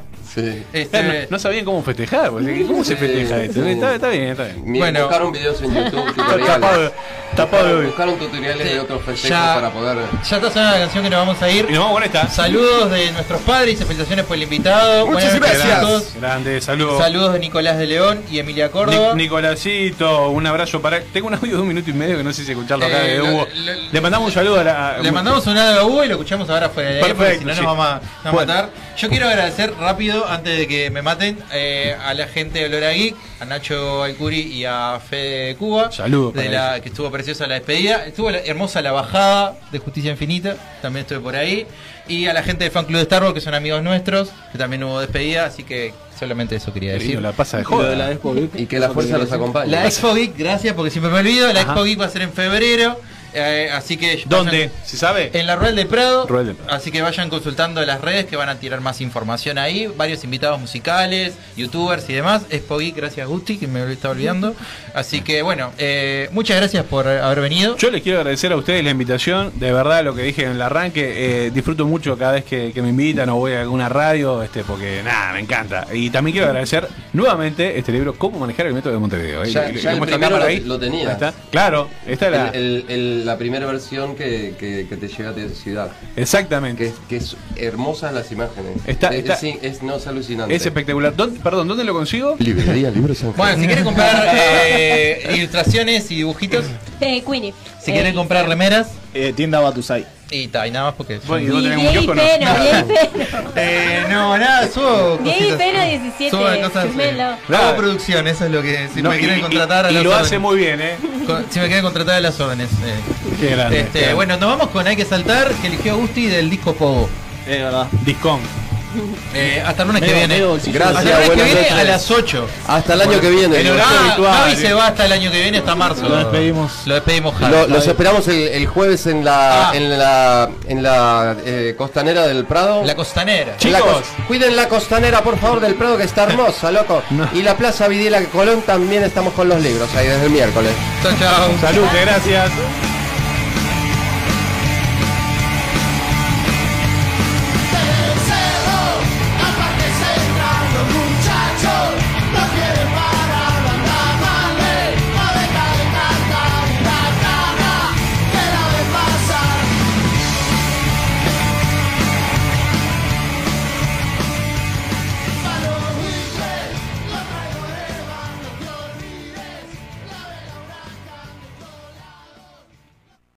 Ah, Sí. Ah, Este- Eh, No sabían cómo festejar, porque ¿cómo se festeja esto? sí. Está, está bien, está bien. Miren, Buscaron videos en YouTube, tutoriales. tapado- tapado de hoy. Buscaron tutoriales de otros festejos Ya. para poder... Ya está sonando la canción que nos vamos a ir. Y nos vamos con esta. Saludos de nuestros padres, felicitaciones por el invitado. Buenas Muchísimas noches a todos. Grande, saludos. Saludos de Nicolás de León y Emilia Córdoba. Nic- Nicolásito, un abrazo para. Tengo un audio de un minuto y medio que no sé si escucharlo acá Eh, de lo- Hugo. Le mandamos un saludo a la. Le mandamos un audio a Hugo y lo escuchamos ahora fuera de aire, porque Perfecto, si no nos sí. vamos a, nos Bueno. matar. Yo quiero agradecer rápido, antes de que me maten, eh, a la gente de Olora Geek, a Nacho Alcuri y a Fede de Cuba. Saludos De para la, que estuvo preciosa la despedida. Estuvo la- hermosa la bajada de Justicia Infinita, también estuve por ahí. Y a la gente del fan club de Star Wars, que son amigos nuestros, que también hubo despedida, así que solamente eso quería Qué decir. lindo, la pasa de joda. de la Expo Geek, Y que la fuerza los acompañe. La Expo Geek, gracias, porque siempre me olvido, la Ajá. Expo Geek va a ser en febrero. eh, así que ¿Dónde? ¿Se sabe? en la Rural de Prado. Rural de Así que vayan consultando las redes que van a tirar más información ahí. Varios invitados musicales, youtubers y demás. Expo Geek, gracias Gusti, que me lo estaba olvidando. Así que bueno, eh, muchas gracias por haber venido. Yo les quiero agradecer a ustedes la invitación. De verdad, lo que dije en el arranque, eh, disfruto mucho cada vez que, que me invitan o voy a alguna radio, este, porque nada, me encanta. Y también quiero agradecer nuevamente este libro, Cómo manejar el método de Montevideo. ¿eh? Ya, Lo- lo- ya lo el muestro acá primero para lo, ahí. lo tenía. Ahí está. Claro, esta es la. El- el- el- la primera versión que, que- que te llega a tu ciudad. Exactamente. Que, es- que es hermosas las imágenes. Está- es, está- es- es- no, es alucinante. es espectacular. ¿Dónde- perdón, ¿dónde lo consigo? Librería Libros Ángeles. Bueno, si quieren comprar eh, ilustraciones y dibujitos, Eh, Queenie. si quieren comprar remeras, tienda Batusai. y, ta, y nada más porque... Bueno, y vos Y tenés un Diego y kiosco, ¿no? Peno, Diego y Peno. Eh, no, nada, subo... Diego y cositas. Peno 17. Subo cosas, eh, firmelo. Claro. Hago producción, eso es lo que... Si No, me y- quieren y- contratar a y las lo órdenes. hace muy bien, ¿eh? Con- Si me quieren contratar a las órdenes. eh. Qué grande. Este, qué grande. bueno, nos vamos con Hay que saltar, que eligió Gusti del disco Pogo. Es verdad. Discón. Eh, hasta el lunes que Medio- viene. medio bolsillo. Hasta el lunes que buenas viene noches. a las 8. Hasta el año que viene, El el horario horario habitual. ¿eh? Javi se va hasta el año que viene, hasta marzo. Lo despedimos. Lo despedimos, Javi. Lo- los esperamos el, el jueves en la Ah. en la, en la eh, costanera del Prado. La costanera. La cos- cuiden la costanera, por favor, del Prado que está hermosa, loco. Y la Plaza Videla Colón también estamos con los libros ahí desde el miércoles. Chao, chao. Salud, gracias.